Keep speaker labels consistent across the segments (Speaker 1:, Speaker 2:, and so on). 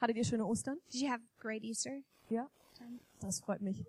Speaker 1: Hattet ihr schöne Ostern?
Speaker 2: Did you have great Easter?
Speaker 1: Ja. Das freut mich.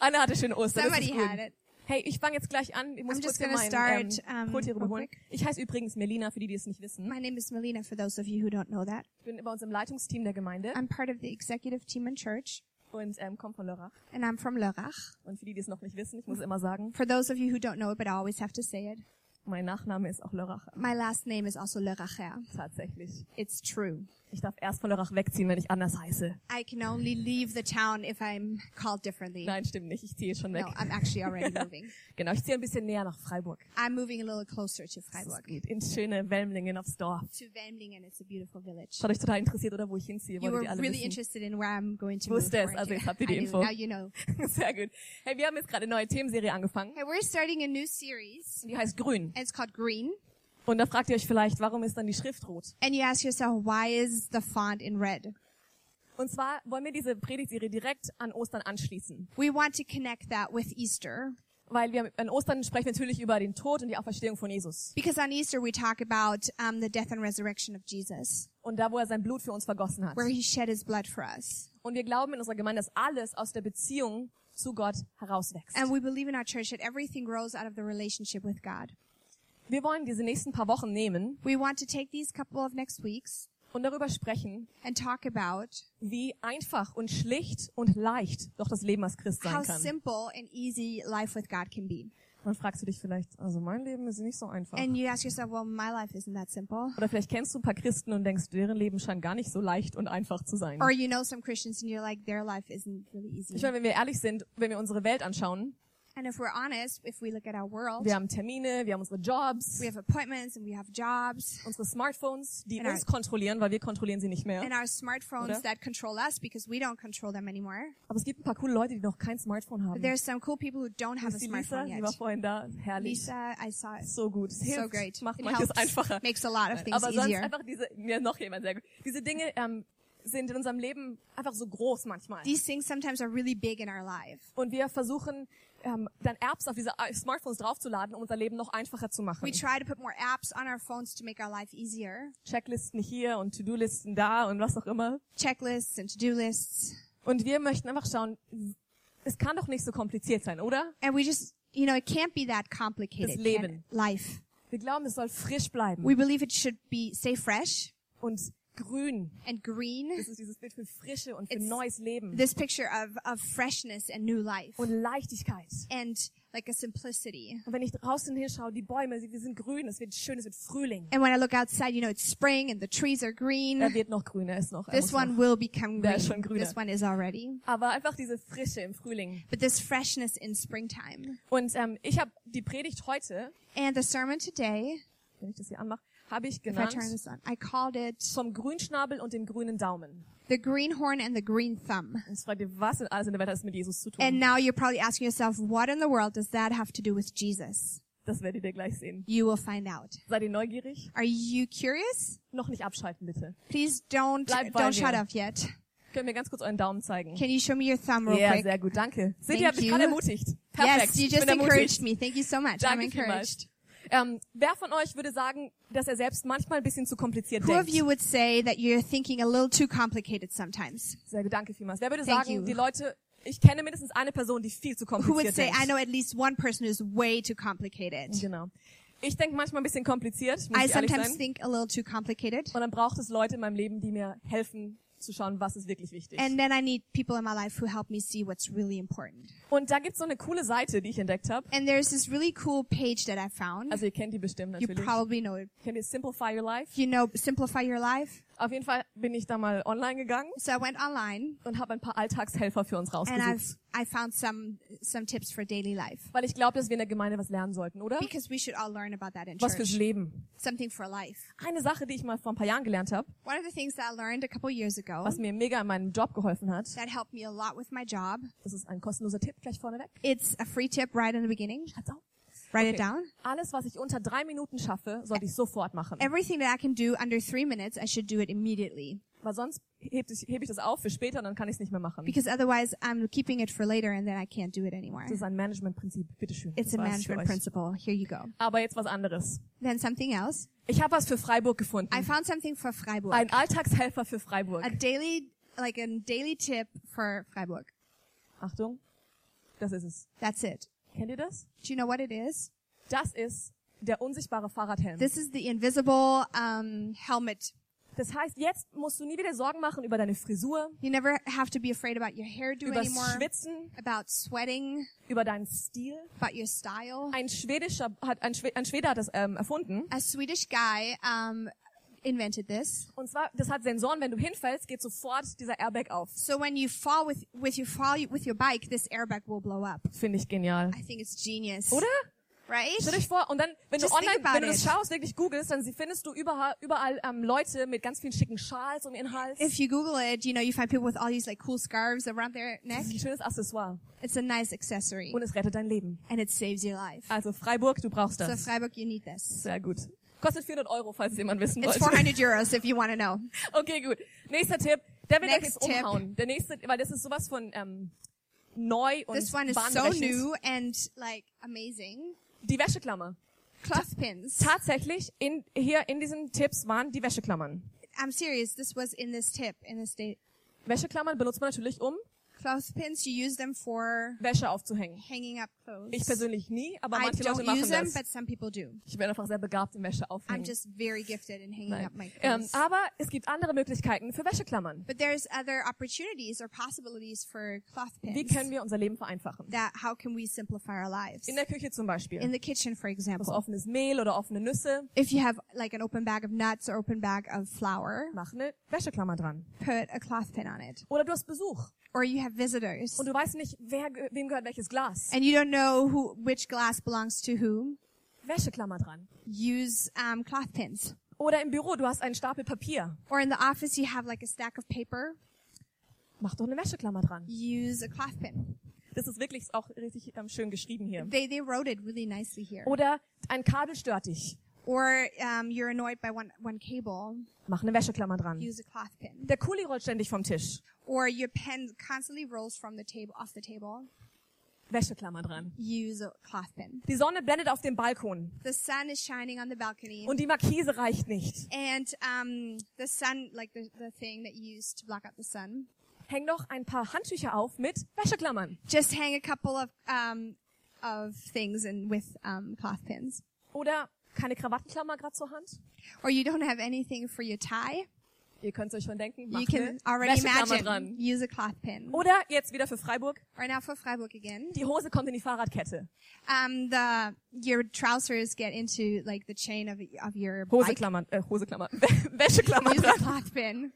Speaker 1: Anna hatte schöne Ostern. das ist
Speaker 2: Somebody
Speaker 1: gut.
Speaker 2: had it.
Speaker 1: Hey, ich fange jetzt gleich an. Ich muss
Speaker 2: I'm
Speaker 1: kurz
Speaker 2: just
Speaker 1: hier
Speaker 2: gonna
Speaker 1: mein
Speaker 2: start,
Speaker 1: ähm,
Speaker 2: um,
Speaker 1: Pultiere
Speaker 2: real
Speaker 1: holen.
Speaker 2: quick.
Speaker 1: Ich heiße übrigens Melina, für die, die es nicht wissen.
Speaker 2: My name is Melina, for those of you who don't know that.
Speaker 1: Ich bin bei uns im Leitungsteam der Gemeinde
Speaker 2: I'm part of the executive team in church,
Speaker 1: und ähm, komme von Lörrach.
Speaker 2: and I'm from Lörrach.
Speaker 1: Und für die, die es noch nicht wissen, ich muss immer sagen,
Speaker 2: For those of you who don't know it, but I always have to say it,
Speaker 1: mein Nachname ist auch Lörracher.
Speaker 2: my last name is also Lörracher.
Speaker 1: Tatsächlich.
Speaker 2: It's true.
Speaker 1: Ich darf erst von Lörrach wegziehen, wenn ich anders heiße.
Speaker 2: I can only leave the town if I'm called differently.
Speaker 1: Nein, stimmt nicht. Ich ziehe schon weg.
Speaker 2: No, I'm actually already moving.
Speaker 1: Genau, ich ziehe ein bisschen näher nach Freiburg.
Speaker 2: I'm moving a little closer to Freiburg.
Speaker 1: Geht ins schöne Welmlingen aufs Dorf.
Speaker 2: To Wendlingen, it's a beautiful village.
Speaker 1: Das hat euch total interessiert, oder wo ich hinziehe,
Speaker 2: You
Speaker 1: wolltet
Speaker 2: were
Speaker 1: ihr alle
Speaker 2: really
Speaker 1: wissen.
Speaker 2: interested in where I'm going to move.
Speaker 1: Wusste es,
Speaker 2: forward
Speaker 1: also
Speaker 2: to.
Speaker 1: jetzt habt ihr die
Speaker 2: I knew.
Speaker 1: Info.
Speaker 2: Now you know.
Speaker 1: Sehr gut. Hey, wir haben jetzt gerade eine neue Themenserie angefangen.
Speaker 2: Hey, we're starting a new series.
Speaker 1: Die heißt Grün.
Speaker 2: It's called Green.
Speaker 1: Und da fragt ihr euch vielleicht, warum ist dann die Schrift rot?
Speaker 2: And you ask yourself, why is the font in red?
Speaker 1: Und zwar wollen wir diese Predigtserie direkt an Ostern anschließen.
Speaker 2: We want to connect that with Easter.
Speaker 1: Weil wir an Ostern sprechen wir natürlich über den Tod und die Auferstehung von Jesus.
Speaker 2: Because on Easter, we talk about um, the death and resurrection of Jesus,
Speaker 1: Und da, wo er sein Blut für uns vergossen hat.
Speaker 2: where he shed his blood for us.
Speaker 1: Und wir glauben in unserer Gemeinde, dass alles aus der Beziehung zu Gott herauswächst.
Speaker 2: And we believe in our church that everything grows out of the relationship with God.
Speaker 1: Wir wollen diese nächsten paar Wochen nehmen
Speaker 2: We want to take these couple of next weeks
Speaker 1: und darüber sprechen,
Speaker 2: and talk about
Speaker 1: wie einfach und schlicht und leicht doch das Leben als Christ
Speaker 2: how
Speaker 1: sein kann.
Speaker 2: simple and easy life with God can be.
Speaker 1: Dann fragst du dich vielleicht, also mein Leben ist nicht so einfach.
Speaker 2: And you ask yourself, well, my life isn't that simple.
Speaker 1: Oder vielleicht kennst du ein paar Christen und denkst, deren Leben scheint gar nicht so leicht und einfach zu sein.
Speaker 2: Or you know some Christians and you're like, their life isn't really
Speaker 1: Ich
Speaker 2: easy.
Speaker 1: meine, wenn wir ehrlich sind, wenn wir unsere Welt anschauen,
Speaker 2: And if we're honest, if we look at our world,
Speaker 1: wir haben Termine, wir haben unsere Jobs,
Speaker 2: we have appointments and we have jobs
Speaker 1: unsere Smartphones, die
Speaker 2: And our-
Speaker 1: uns kontrollieren, weil wir kontrollieren sie nicht mehr.
Speaker 2: and our smartphones
Speaker 1: Oder?
Speaker 2: that control us because we don't control them anymore.
Speaker 1: Aber es gibt ein paar coole Leute, die noch kein Smartphone haben.
Speaker 2: But there's some cool people who don't have a
Speaker 1: Ist die Mm. Lisa,
Speaker 2: smartphone
Speaker 1: die
Speaker 2: yet.
Speaker 1: war vorhin da, herrlich.
Speaker 2: Lisa, I saw it.
Speaker 1: So gut, es
Speaker 2: So
Speaker 1: hilft,
Speaker 2: great.
Speaker 1: macht
Speaker 2: It
Speaker 1: manches
Speaker 2: helps.
Speaker 1: einfacher.
Speaker 2: Makes a lot of things
Speaker 1: Aber sonst
Speaker 2: easier.
Speaker 1: einfach diese, mir noch jemand sehr gut. Diese Dinge ähm, sind in unserem Leben einfach so groß manchmal.
Speaker 2: These things sometimes are really big in our life.
Speaker 1: Und wir versuchen, ähm, dann Apps auf diese äh, Smartphones draufzuladen, um unser Leben noch einfacher zu machen.
Speaker 2: We try to put more apps on our phones to make our life easier.
Speaker 1: Checklisten hier und To-Do-Listen da und was auch immer.
Speaker 2: Checklists and to-do lists.
Speaker 1: Und wir möchten einfach schauen, es kann doch nicht so kompliziert sein, oder?
Speaker 2: And we just, you know, it can't be that complicated.
Speaker 1: Das
Speaker 2: can
Speaker 1: Leben.
Speaker 2: it? Life.
Speaker 1: Wir glauben, es soll frisch bleiben
Speaker 2: We believe it should be, stay fresh
Speaker 1: und grün.
Speaker 2: and green.
Speaker 1: Das ist dieses Bild für Frische und für
Speaker 2: It's-
Speaker 1: neues Leben
Speaker 2: This picture of, of freshness and new life.
Speaker 1: und Leichtigkeit.
Speaker 2: And like a simplicity.
Speaker 1: Und wenn ich draußen hinschaue, die Bäume, sie- wir sind grün, es wird schön, es wird Frühling.
Speaker 2: And when I look outside, you know, it's spring and the trees are green.
Speaker 1: Er wird noch grüner, ist noch. er
Speaker 2: This
Speaker 1: muss
Speaker 2: one
Speaker 1: noch.
Speaker 2: will become
Speaker 1: Der
Speaker 2: green.
Speaker 1: ist schon grüner.
Speaker 2: This one is already.
Speaker 1: Aber einfach diese Frische im Frühling.
Speaker 2: But this freshness in springtime.
Speaker 1: Und ähm, ich habe die Predigt heute,
Speaker 2: And the sermon today,
Speaker 1: wenn ich das hier anmache, habe ich
Speaker 2: if I turn
Speaker 1: genannt
Speaker 2: this on, I called it
Speaker 1: vom Grünschnabel und dem grünen Daumen.
Speaker 2: The Greenhorn and the Green Thumb.
Speaker 1: Und ich frage dir, was in alles in der Welt hat es mit Jesus zu tun?
Speaker 2: And now you're probably asking yourself, what in the world does that have to do with Jesus?
Speaker 1: das werdet ihr gleich sehen.
Speaker 2: You will find out.
Speaker 1: Seid ihr neugierig?
Speaker 2: Are you curious?
Speaker 1: Noch nicht abschalten, bitte.
Speaker 2: Please don't
Speaker 1: Bleib bei
Speaker 2: don't shut
Speaker 1: mir.
Speaker 2: off yet.
Speaker 1: Könnt ihr mir ganz kurz euren Daumen zeigen?
Speaker 2: Can you show me your thumb real
Speaker 1: Ja,
Speaker 2: quick?
Speaker 1: sehr gut, danke. Seht
Speaker 2: Thank
Speaker 1: ihr, habt mich
Speaker 2: you.
Speaker 1: gerade ermutigt. Perfekt.
Speaker 2: Yes, you
Speaker 1: ich bin
Speaker 2: just encouraged
Speaker 1: ermutigt.
Speaker 2: me. Thank you so much. I'm
Speaker 1: Danke vielmals.
Speaker 2: encouraged.
Speaker 1: Ähm, wer von euch würde sagen, dass er selbst manchmal ein bisschen zu kompliziert
Speaker 2: Who of
Speaker 1: denkt?
Speaker 2: you would say that you're thinking a little too complicated sometimes?
Speaker 1: Sehr gut, danke vielmals. Wer würde
Speaker 2: Thank
Speaker 1: sagen,
Speaker 2: you.
Speaker 1: die Leute, ich kenne mindestens eine Person, die viel zu
Speaker 2: Who
Speaker 1: kompliziert
Speaker 2: would say,
Speaker 1: denkt.
Speaker 2: I know at least one person who's way too complicated?
Speaker 1: Genau. Ich denke manchmal ein bisschen kompliziert, muss
Speaker 2: I
Speaker 1: ich ehrlich
Speaker 2: sometimes
Speaker 1: sein.
Speaker 2: think a little too complicated.
Speaker 1: Und dann braucht es Leute in meinem Leben, die mir helfen zu schauen, was ist wirklich wichtig.
Speaker 2: And then I need people in my life who help me see what's really important.
Speaker 1: Und da gibt's so eine coole Seite, die ich entdeckt habe.
Speaker 2: And there's this really cool page that I found.
Speaker 1: Also ihr kennt die bestimmt
Speaker 2: You
Speaker 1: natürlich.
Speaker 2: probably know it.
Speaker 1: Kennt ihr Simplify Your Life?
Speaker 2: You know, simplify your life.
Speaker 1: Auf jeden Fall bin ich da mal online gegangen
Speaker 2: So I went online
Speaker 1: und habe ein paar Alltagshelfer für uns
Speaker 2: and I've,
Speaker 1: rausgesucht.
Speaker 2: I found some, some tips for daily life
Speaker 1: Weil ich glaube, dass wir in der Gemeinde was lernen sollten, oder?
Speaker 2: because we should all learn about that in
Speaker 1: Was fürs
Speaker 2: church.
Speaker 1: Leben.
Speaker 2: Something for life.
Speaker 1: Eine Sache, die ich mal vor ein paar Jahren gelernt habe,
Speaker 2: One of the things that I learned a couple years ago
Speaker 1: was mir mega in meinem Job geholfen hat,
Speaker 2: that helped me a lot with my job.
Speaker 1: das ist ein kostenloser Tipp gleich vorneweg.
Speaker 2: It's a free tip right in the beginning.
Speaker 1: Hat's auch.
Speaker 2: Write it
Speaker 1: Okay.
Speaker 2: down.
Speaker 1: Alles, was ich unter drei Minuten schaffe, sollte ich sofort machen.
Speaker 2: Everything that I can do under three minutes, I should do it immediately
Speaker 1: Weil sonst hebe ich, heb ich das auf für später und dann kann ich es nicht mehr machen.
Speaker 2: because otherwise I'm keeping it for later and then I can't do it anymore.
Speaker 1: Das ist ein Managementprinzip. Bitteschön.
Speaker 2: It's
Speaker 1: Das
Speaker 2: a
Speaker 1: war's für
Speaker 2: management
Speaker 1: euch.
Speaker 2: principle. Here you go.
Speaker 1: Aber jetzt was anderes.
Speaker 2: Then something else.
Speaker 1: Ich habe was für Freiburg gefunden.
Speaker 2: I found something for Freiburg.
Speaker 1: Ein Alltagshelfer für Freiburg.
Speaker 2: a daily like a daily tip for Freiburg.
Speaker 1: Achtung, das ist es.
Speaker 2: That's it.
Speaker 1: Kennt ihr das?
Speaker 2: Do you know what it is?
Speaker 1: Das ist der unsichtbare Fahrradhelm.
Speaker 2: This is the invisible um, helmet.
Speaker 1: Das heißt, jetzt musst du nie wieder Sorgen machen über deine Frisur,
Speaker 2: You never have to be afraid about your hairdo
Speaker 1: über
Speaker 2: anymore,
Speaker 1: Schwitzen,
Speaker 2: about sweating,
Speaker 1: über deinen Stil.
Speaker 2: about your style.
Speaker 1: Ein schwedischer hat ein, Schwe ein Schwede hat das ähm, erfunden.
Speaker 2: A Swedish guy um, invented this.
Speaker 1: Und zwar, das hat Sensoren. Wenn du hinfällst, geht sofort dieser Airbag auf.
Speaker 2: So when you fall with with your fall with your bike, this airbag will blow up.
Speaker 1: Finde ich genial.
Speaker 2: I think it's genius.
Speaker 1: Oder?
Speaker 2: Right?
Speaker 1: Stell dich vor, und dann, wenn
Speaker 2: Just
Speaker 1: du
Speaker 2: think
Speaker 1: online,
Speaker 2: about
Speaker 1: wenn du das
Speaker 2: it.
Speaker 1: schaust, wirklich googelst, dann sie- findest du überall, überall ähm, Leute mit ganz vielen schicken Schals um ihren Hals.
Speaker 2: If you Google it, you know you find people with all these like cool scarves around their neck.
Speaker 1: Das ist ein schönes Accessoire.
Speaker 2: It's a nice accessory,
Speaker 1: Und es rettet dein Leben.
Speaker 2: and it saves your life.
Speaker 1: Also Freiburg, du brauchst
Speaker 2: So
Speaker 1: das.
Speaker 2: Freiburg, you need this.
Speaker 1: Sehr gut. Kostet 400 Euro, falls es jemand wissen
Speaker 2: It's
Speaker 1: wollte.
Speaker 2: 400 euros if you want to know.
Speaker 1: Okay, gut. Nächster Tipp. Der will dich
Speaker 2: Next
Speaker 1: jetzt umhauen. Der nächste, weil das ist sowas von ähm, neu und
Speaker 2: This one is so
Speaker 1: bahnbrechend.
Speaker 2: new and like amazing.
Speaker 1: Die Wäscheklammer.
Speaker 2: Clothespins.
Speaker 1: Tatsächlich, in, hier in diesen Tipps waren die Wäscheklammern.
Speaker 2: I'm serious. This was in this tip in this date.
Speaker 1: Wäscheklammern benutzt man natürlich, um
Speaker 2: Clothespins, you use them for
Speaker 1: Wäsche aufzuhängen.
Speaker 2: hanging up clothes.
Speaker 1: Ich persönlich nie, aber
Speaker 2: I
Speaker 1: manche Leute
Speaker 2: don't use
Speaker 1: machen
Speaker 2: them,
Speaker 1: das.
Speaker 2: but some people do.
Speaker 1: Ich bin einfach sehr begabt im Wäsche
Speaker 2: I'm
Speaker 1: aufhängen.
Speaker 2: just very gifted in hanging up my
Speaker 1: Nein. Ähm,
Speaker 2: clothes.
Speaker 1: aber es gibt andere Möglichkeiten für Wäscheklammern.
Speaker 2: but there's other opportunities or possibilities for cloth
Speaker 1: Wie
Speaker 2: pins.
Speaker 1: können wir unser Leben vereinfachen?
Speaker 2: That how can we simplify our lives?
Speaker 1: In der Küche zum
Speaker 2: in
Speaker 1: Beispiel.
Speaker 2: the kitchen, for
Speaker 1: Das
Speaker 2: example,
Speaker 1: offenes Mehl oder offene Nüsse.
Speaker 2: if you have like an open bag of nuts or open bag of flour,
Speaker 1: Mach eine Ne? Wäscheklammer dran.
Speaker 2: put a cloth pin on it.
Speaker 1: Oder du hast Besuch
Speaker 2: Or you have visitors
Speaker 1: und du weißt nicht, wer, ge- wem gehört welches Glas.
Speaker 2: and you don't know who which glass belongs to whom.
Speaker 1: Wäscheklammer dran.
Speaker 2: Use um, cloth pins.
Speaker 1: Oder im Büro, du hast einen Stapel Papier.
Speaker 2: Or in the office, you have like a stack of paper.
Speaker 1: Mach doch eine Wäscheklammer dran.
Speaker 2: Use a cloth pin.
Speaker 1: Das ist wirklich auch richtig ähm, schön geschrieben hier.
Speaker 2: They they wrote it really nicely here.
Speaker 1: Oder ein Kabel stört dich.
Speaker 2: Or um, you're annoyed by one one cable.
Speaker 1: Mach eine Wäscheklammer dran.
Speaker 2: Use a cloth pin.
Speaker 1: Der Kuli rollt ständig vom Tisch.
Speaker 2: Or your pen constantly rolls from the table off the table.
Speaker 1: Wäscheklammer dran.
Speaker 2: Use a cloth pin.
Speaker 1: Die Sonne blendet auf dem Balkon
Speaker 2: The sun is shining on the balcony.
Speaker 1: und die Markise reicht nicht.
Speaker 2: And um, the sun, like the, the thing that you use to block out the sun.
Speaker 1: Häng doch ein paar Handtücher auf mit Wäscheklammern.
Speaker 2: just hang a couple of um, of things and with um, cloth pins.
Speaker 1: Oder keine Krawattenklammer gerade zur Hand.
Speaker 2: Or you don't have anything for your tie,
Speaker 1: Ihr könnt euch schon denken, mach
Speaker 2: you
Speaker 1: eine
Speaker 2: can already
Speaker 1: Wäscheklammer dran.
Speaker 2: imagine. Use a cloth pin.
Speaker 1: Oder jetzt wieder für Freiburg,
Speaker 2: Or now for Freiburg again,
Speaker 1: die Hose kommt in die Fahrradkette.
Speaker 2: um, the your trousers get into like the chain of of your bike.
Speaker 1: Hoseklammer, äh, Hoseklammer, Wäscheklammer
Speaker 2: Use
Speaker 1: dran.
Speaker 2: a cloth pin.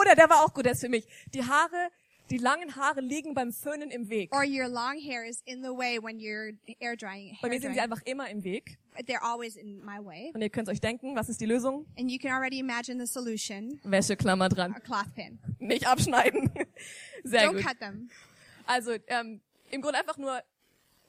Speaker 1: Oder der war auch gut, der ist für mich. Die Haare, die langen Haare liegen beim Föhnen im Weg.
Speaker 2: Or your long hair is in the way when you're air drying.
Speaker 1: Bei
Speaker 2: Hair
Speaker 1: mir sind sie
Speaker 2: drying.
Speaker 1: einfach immer im Weg.
Speaker 2: They're always in my way.
Speaker 1: Und ihr könnt euch denken, was ist die Lösung?
Speaker 2: And you can already imagine the solution:
Speaker 1: Wäscheklammer dran.
Speaker 2: a cloth pin.
Speaker 1: Nicht abschneiden. Sehr
Speaker 2: Don't
Speaker 1: gut.
Speaker 2: cut them.
Speaker 1: Also ähm, im Grunde einfach nur,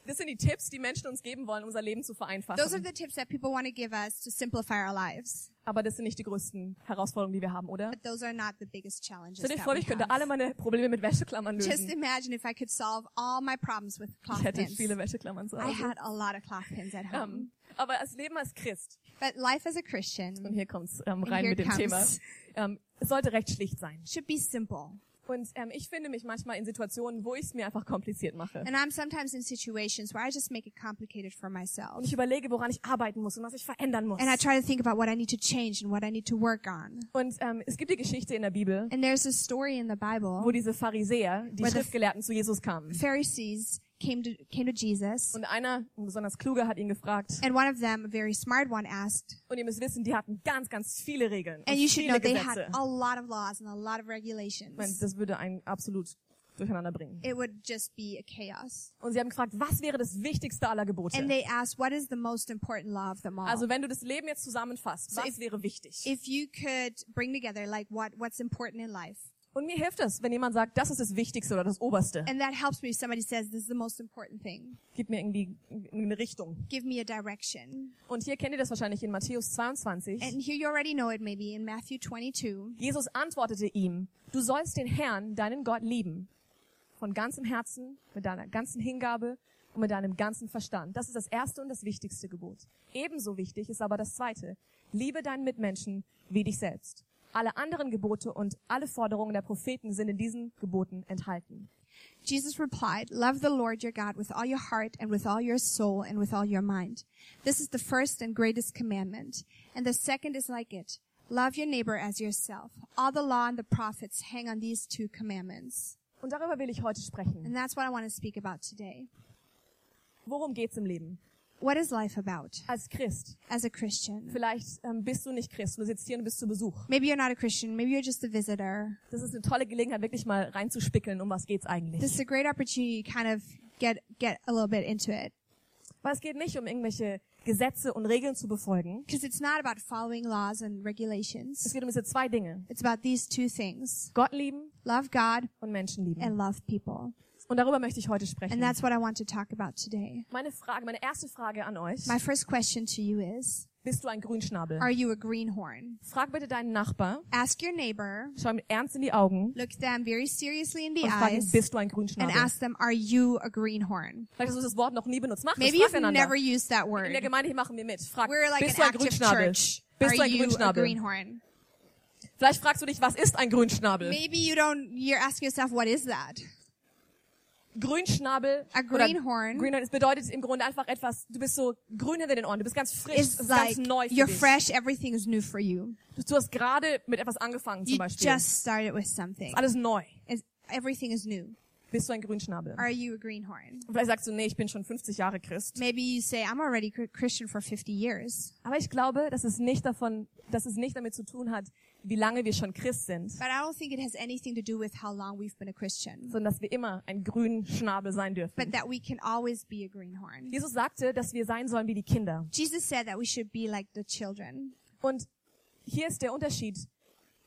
Speaker 1: das sind die Tipps, die Menschen uns geben wollen, unser Leben zu
Speaker 2: Those are
Speaker 1: vereinfachen.
Speaker 2: the tips that people want to give us to simplify our lives.
Speaker 1: Aber das sind nicht die größten Herausforderungen, die wir haben, oder?
Speaker 2: But those are not the biggest challenges.
Speaker 1: Stell dir
Speaker 2: that
Speaker 1: vor,
Speaker 2: we
Speaker 1: ich könnte
Speaker 2: have.
Speaker 1: alle meine Probleme mit Wäscheklammern
Speaker 2: Just
Speaker 1: lösen.
Speaker 2: imagine if I could solve all my problems with cloth
Speaker 1: Ich hätte
Speaker 2: pins.
Speaker 1: viele Wäscheklammern zu
Speaker 2: I
Speaker 1: Hause.
Speaker 2: had a lot of cloth pins at home.
Speaker 1: Ähm, aber das Leben als Christ,
Speaker 2: but life as a
Speaker 1: und
Speaker 2: Christian
Speaker 1: hier kommt's ähm, rein
Speaker 2: here
Speaker 1: mit dem
Speaker 2: it
Speaker 1: Thema,
Speaker 2: comes.
Speaker 1: ähm, es sollte recht schlicht sein.
Speaker 2: should be simple.
Speaker 1: Und ähm, ich finde mich manchmal in Situationen, wo ich es mir einfach kompliziert mache.
Speaker 2: And I'm sometimes in situations where I just make it complicated for myself.
Speaker 1: Und ich überlege, woran ich arbeiten muss und was ich verändern muss.
Speaker 2: And I try to think about what I need to change and what I need to work on.
Speaker 1: Und ähm, es gibt die Geschichte in der Bibel,
Speaker 2: And there's a story in the Bible.
Speaker 1: wo diese Pharisäer, die
Speaker 2: Where the-
Speaker 1: Schriftgelehrten, zu Jesus kamen.
Speaker 2: Pharisees came to, came to Jesus.
Speaker 1: Und einer, ein besonders kluger, hat ihn gefragt.
Speaker 2: And one of them, a very smart one, asked,
Speaker 1: Und ihr müsst wissen, die hatten ganz, ganz viele Regeln. Und
Speaker 2: and you should know
Speaker 1: viele
Speaker 2: they
Speaker 1: Gesetze.
Speaker 2: had a lot of laws and a lot
Speaker 1: Ich
Speaker 2: of
Speaker 1: meine,
Speaker 2: regulations.
Speaker 1: das würde einen absolut durcheinander bringen.
Speaker 2: It would just be a chaos.
Speaker 1: Und sie haben gefragt, was wäre das Wichtigste aller Gebote?
Speaker 2: And they asked, what is the most important law of them all?
Speaker 1: Also wenn du das Leben jetzt zusammenfasst,
Speaker 2: So
Speaker 1: was
Speaker 2: if-
Speaker 1: wäre wichtig?
Speaker 2: if you could bring together like what, what's important in life.
Speaker 1: Und mir hilft das, wenn jemand sagt, das ist das Wichtigste oder das Oberste.
Speaker 2: And that helps me if somebody says, this is the most important thing.
Speaker 1: Gib mir irgendwie eine Richtung.
Speaker 2: Give me a direction.
Speaker 1: Und hier kennt ihr das wahrscheinlich in Matthäus 22.
Speaker 2: And here you already know it maybe in Matthew 22.
Speaker 1: Jesus antwortete ihm, du sollst den Herrn, deinen Gott, lieben. Von ganzem Herzen, mit deiner ganzen Hingabe und mit deinem ganzen Verstand. Das ist das erste und das wichtigste Gebot. Ebenso wichtig ist aber das zweite. Liebe deinen Mitmenschen wie dich selbst. Alle anderen Gebote und alle Forderungen der Propheten sind in diesen Geboten enthalten.
Speaker 2: Jesus replied, Love the Lord your God with all your heart and with all your soul and with all your mind. This is the first and greatest commandment. And the second is like it. Love your neighbor as yourself. All the law and the prophets hang on these two commandments.
Speaker 1: Und darüber will ich heute sprechen.
Speaker 2: And that's what I want to speak about today.
Speaker 1: Worum geht's im Leben?
Speaker 2: What is life about
Speaker 1: Als Christ.
Speaker 2: as a Christian?
Speaker 1: Vielleicht ähm, bist du nicht Christ, du sitzt hier und bist zu Besuch.
Speaker 2: Maybe you're not a Christian. Maybe you're just a visitor.
Speaker 1: Das ist eine tolle Gelegenheit, wirklich mal reinzuspickeln, um was geht's eigentlich.
Speaker 2: This is a great opportunity to kind of get, get a little bit into it.
Speaker 1: Weil es geht nicht um irgendwelche Gesetze und Regeln zu befolgen.
Speaker 2: Because it's not about following laws and
Speaker 1: Es
Speaker 2: regulations.
Speaker 1: geht um diese zwei Dinge.
Speaker 2: It's about these two things.
Speaker 1: Gott lieben
Speaker 2: Love God
Speaker 1: und Menschen lieben.
Speaker 2: and love people.
Speaker 1: Und darüber möchte ich heute
Speaker 2: And
Speaker 1: sprechen.
Speaker 2: that's what I want to talk about today.
Speaker 1: Meine Frage, meine erste Frage an euch.
Speaker 2: My first question to you is,
Speaker 1: Bist du ein Grünschnabel?
Speaker 2: are you a greenhorn?
Speaker 1: Frag bitte deinen Nachbar,
Speaker 2: Ask your neighbor,
Speaker 1: schau ihm ernst in die Augen
Speaker 2: look them very seriously in the
Speaker 1: und frag ihn,
Speaker 2: eyes,
Speaker 1: bist du ein
Speaker 2: and
Speaker 1: Grünschnabel?
Speaker 2: ask them, are you a greenhorn?
Speaker 1: Vielleicht hast du das Wort noch nie benutzt. Mach das
Speaker 2: Maybe you've
Speaker 1: nacheinander.
Speaker 2: never used that
Speaker 1: In der
Speaker 2: word.
Speaker 1: Gemeinde hier machen wir mit. Frag,
Speaker 2: We're like
Speaker 1: bist
Speaker 2: an
Speaker 1: du ein
Speaker 2: active
Speaker 1: Grünschnabel?
Speaker 2: church. Are
Speaker 1: Bist du ein
Speaker 2: you a
Speaker 1: Grünschnabel?
Speaker 2: greenhorn?
Speaker 1: Vielleicht fragst du dich, was ist ein Grünschnabel?
Speaker 2: Maybe you don't, you're asking yourself, what is that?
Speaker 1: Grünschnabel
Speaker 2: A
Speaker 1: oder
Speaker 2: greenhorn.
Speaker 1: Greenhorn, es bedeutet im Grunde einfach etwas, du bist so grün hinter den Ohren, du bist ganz frisch, es
Speaker 2: It's
Speaker 1: ist
Speaker 2: like,
Speaker 1: ganz neu für
Speaker 2: you're
Speaker 1: dich.
Speaker 2: fresh, everything is new for you.
Speaker 1: Du hast gerade mit etwas angefangen zum
Speaker 2: You
Speaker 1: Beispiel.
Speaker 2: just started with something.
Speaker 1: Alles neu.
Speaker 2: It's, everything is new.
Speaker 1: Bist du ein Grünschnabel?
Speaker 2: Are you a greenhorn?
Speaker 1: Und Vielleicht sagst du, nee, ich bin schon 50 Jahre Christ.
Speaker 2: Maybe you say, I'm already cr- Christian for 50 years.
Speaker 1: Aber ich glaube, dass es nicht davon, dass es nicht damit zu tun hat, wie lange wir schon Christ sind,
Speaker 2: But I don't think it has anything to do with how long we've been a Christian,
Speaker 1: sondern dass wir immer ein Grünschnabel sein
Speaker 2: but
Speaker 1: dürfen.
Speaker 2: that we can always be a greenhorn.
Speaker 1: Jesus sagte, dass wir sein sollen wie die Kinder.
Speaker 2: Jesus said that we should be like the children.
Speaker 1: Und hier ist der Unterschied.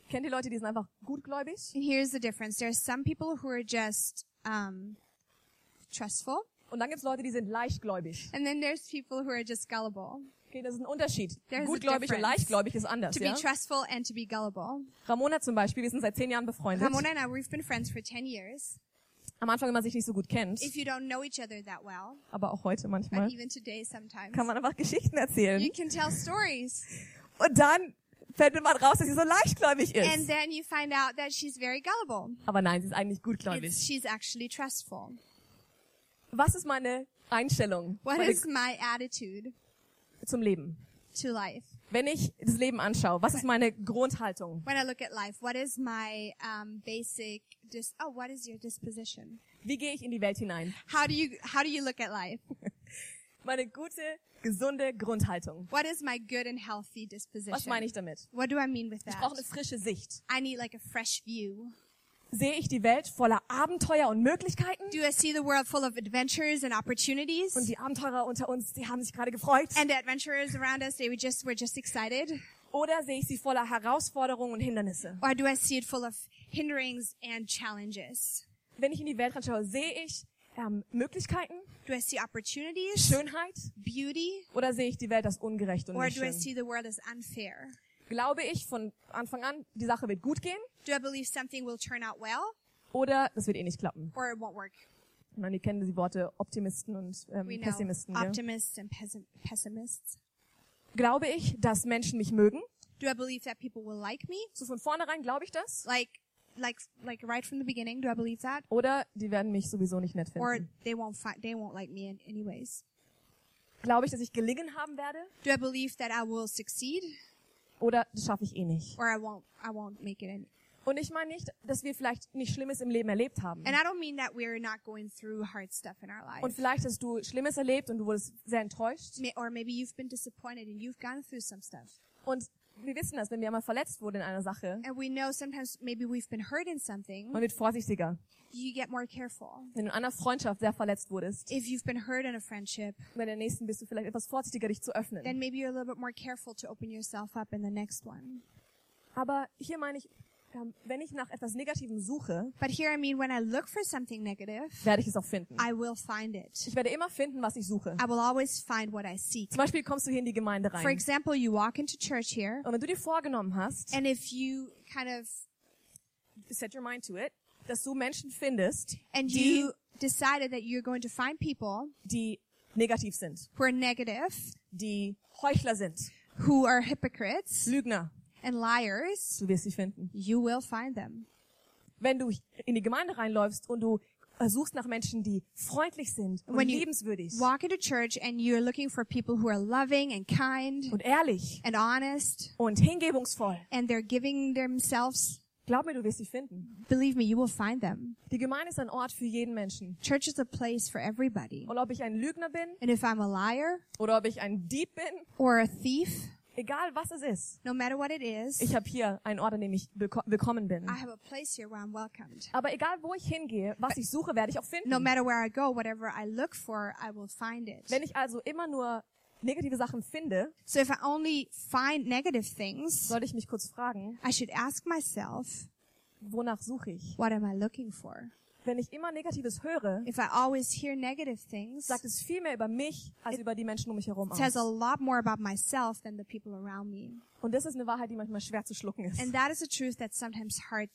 Speaker 1: Kennt ihr Leute, die sind einfach gutgläubig?
Speaker 2: And here's the difference. There are some people who are just um, trustful,
Speaker 1: Und dann gibt's Leute, die sind leichtgläubig.
Speaker 2: and then there's people who are just gullible.
Speaker 1: Okay, das ist ein Unterschied.
Speaker 2: There's a
Speaker 1: Gutgläubig und
Speaker 2: difference.
Speaker 1: leichtgläubig ist anders.
Speaker 2: To
Speaker 1: Ja?
Speaker 2: be trustful and to be gullible.
Speaker 1: Ramona zum Beispiel, wir sind seit zehn Jahren befreundet.
Speaker 2: Ramona and I, we've been friends for 10 years.
Speaker 1: Am Anfang, wenn man sich nicht so gut kennt,
Speaker 2: If you don't know each other that well,
Speaker 1: aber auch heute manchmal,
Speaker 2: and even today sometimes,
Speaker 1: kann man einfach Geschichten erzählen.
Speaker 2: you can tell stories.
Speaker 1: Und dann fällt mir mal raus, dass sie so leichtgläubig
Speaker 2: And
Speaker 1: ist.
Speaker 2: then you find out that she's very gullible.
Speaker 1: Aber nein, sie ist eigentlich
Speaker 2: It's,
Speaker 1: gutgläubig.
Speaker 2: she's actually trustful.
Speaker 1: Was ist meine Einstellung
Speaker 2: What
Speaker 1: meine
Speaker 2: is my attitude
Speaker 1: zum Leben?
Speaker 2: to life?
Speaker 1: Wenn ich das Leben anschaue, was ist meine Grundhaltung?
Speaker 2: When I look at life, what is my um, basic dis- oh, what is your disposition?
Speaker 1: Wie gehe ich in die Welt hinein?
Speaker 2: How do you how do you look at life?
Speaker 1: Meine gute, gesunde Grundhaltung.
Speaker 2: What is my good and healthy disposition?
Speaker 1: Was meine ich damit?
Speaker 2: What do I mean with
Speaker 1: Ich
Speaker 2: that?
Speaker 1: brauche eine frische Sicht.
Speaker 2: I need like a fresh view.
Speaker 1: Sehe ich die Welt voller Abenteuer und Möglichkeiten?
Speaker 2: Do I see the world full of adventures and opportunities?
Speaker 1: Und die Abenteurer unter uns, die haben sich gerade gefreut.
Speaker 2: And the adventurers around us, they were just were just excited.
Speaker 1: Oder sehe ich sie voller Herausforderungen und Hindernisse?
Speaker 2: Or do I see it full of hinderings and challenges?
Speaker 1: Wenn ich in die Welt reinschaue, sehe ich ähm, Möglichkeiten,
Speaker 2: Do I see opportunities,
Speaker 1: Schönheit?
Speaker 2: beauty,
Speaker 1: Oder sehe ich die Welt als ungerecht und
Speaker 2: or
Speaker 1: nicht
Speaker 2: do I
Speaker 1: schön?
Speaker 2: see the world as unfair?
Speaker 1: Glaube ich von Anfang an, die Sache wird gut gehen?
Speaker 2: Do I believe something will turn out well
Speaker 1: Oder das wird eh nicht klappen?
Speaker 2: or it won't work?
Speaker 1: Ich meine, wir kennen die Worte Optimisten und
Speaker 2: We
Speaker 1: ähm,
Speaker 2: know
Speaker 1: Pessimisten. Ja?
Speaker 2: optimists and pessim- pessimists.
Speaker 1: Glaube ich, dass Menschen mich mögen?
Speaker 2: Do I believe that people will like me?
Speaker 1: So von vornherein glaube ich das?
Speaker 2: Like, like, like right from the beginning, do I believe that?
Speaker 1: Oder die werden mich sowieso nicht nett
Speaker 2: Or
Speaker 1: finden?
Speaker 2: they won't fi- they won't like me in anyways.
Speaker 1: Glaube ich, dass ich gelingen haben werde?
Speaker 2: Do I believe that I will succeed
Speaker 1: Oder das schaffe ich eh nicht?
Speaker 2: or I won't I won't make it in?
Speaker 1: Und ich meine nicht, dass wir vielleicht nicht Schlimmes im Leben erlebt haben.
Speaker 2: And I don't mean that we're not going through hard stuff in our life.
Speaker 1: Und vielleicht hast du Schlimmes erlebt und du wurdest sehr enttäuscht.
Speaker 2: Ma- Or maybe you've been disappointed and you've gone through some stuff.
Speaker 1: Und wir wissen das, wenn wir einmal verletzt wurden in einer Sache,
Speaker 2: And we know sometimes maybe we've been hurt in something.
Speaker 1: man wird vorsichtiger.
Speaker 2: You get more careful.
Speaker 1: Wenn du in einer Freundschaft sehr verletzt wurdest,
Speaker 2: If you've been hurt in a friendship,
Speaker 1: bei der nächsten bist du vielleicht etwas vorsichtiger, dich zu öffnen.
Speaker 2: then maybe you're a little bit more careful to open yourself up in the next one.
Speaker 1: Aber hier meine ich, ähm, wenn ich nach etwas Negativem suche,
Speaker 2: But here, I mean, when I look for something negative,
Speaker 1: werde ich es auch finden.
Speaker 2: I will find it.
Speaker 1: Ich werde immer finden, was ich suche.
Speaker 2: I will always find what I seek.
Speaker 1: Zum Beispiel kommst du hier in die Gemeinde
Speaker 2: For
Speaker 1: rein.
Speaker 2: example, you walk into church here,
Speaker 1: Und wenn du dir vorgenommen hast,
Speaker 2: and if you kind of,
Speaker 1: set your mind to it, dass du Menschen findest,
Speaker 2: and you decided that you're going to find people
Speaker 1: die negativ sind,
Speaker 2: who are negative,
Speaker 1: die Heuchler sind,
Speaker 2: who are hypocrites,
Speaker 1: Lügner,
Speaker 2: And liars,
Speaker 1: Du wirst sie finden.
Speaker 2: you will find them.
Speaker 1: Wenn du in die Gemeinde reinläufst und du suchst nach Menschen, die freundlich sind und
Speaker 2: When you
Speaker 1: liebenswürdig
Speaker 2: walk into church and you're looking for people who are loving and kind
Speaker 1: und ehrlich
Speaker 2: and honest
Speaker 1: und hingebungsvoll,
Speaker 2: and they're giving themselves,
Speaker 1: glaub mir, du wirst sie finden.
Speaker 2: believe me, you will find them.
Speaker 1: Die Gemeinde ist ein Ort für jeden Menschen.
Speaker 2: Church is a place for everybody.
Speaker 1: Und ob ich ein Lügner bin
Speaker 2: And if I'm a liar
Speaker 1: oder ob ich ein Dieb bin,
Speaker 2: or a thief,
Speaker 1: egal was es ist,
Speaker 2: no matter what it is,
Speaker 1: ich habe hier einen Ort, an dem ich willko willkommen bin.
Speaker 2: I have a place here where I'm welcomed.
Speaker 1: Aber egal, wo ich hingehe, was ich suche, werde ich auch finden.
Speaker 2: No matter where I go, whatever I look for, I will find it.
Speaker 1: Wenn ich also immer nur negative Sachen finde,
Speaker 2: So if I only find negative things,
Speaker 1: sollte ich mich kurz fragen,
Speaker 2: I should ask myself,
Speaker 1: wonach suche ich?
Speaker 2: what am I looking for?
Speaker 1: Wenn ich immer Negatives höre,
Speaker 2: If I always hear negative things,
Speaker 1: sagt es viel mehr über mich als über die Menschen um mich herum
Speaker 2: it says a
Speaker 1: aus.
Speaker 2: lot more about myself than the people around me.
Speaker 1: Und das ist eine Wahrheit, die manchmal schwer zu schlucken ist.
Speaker 2: And that is a truth that's sometimes hard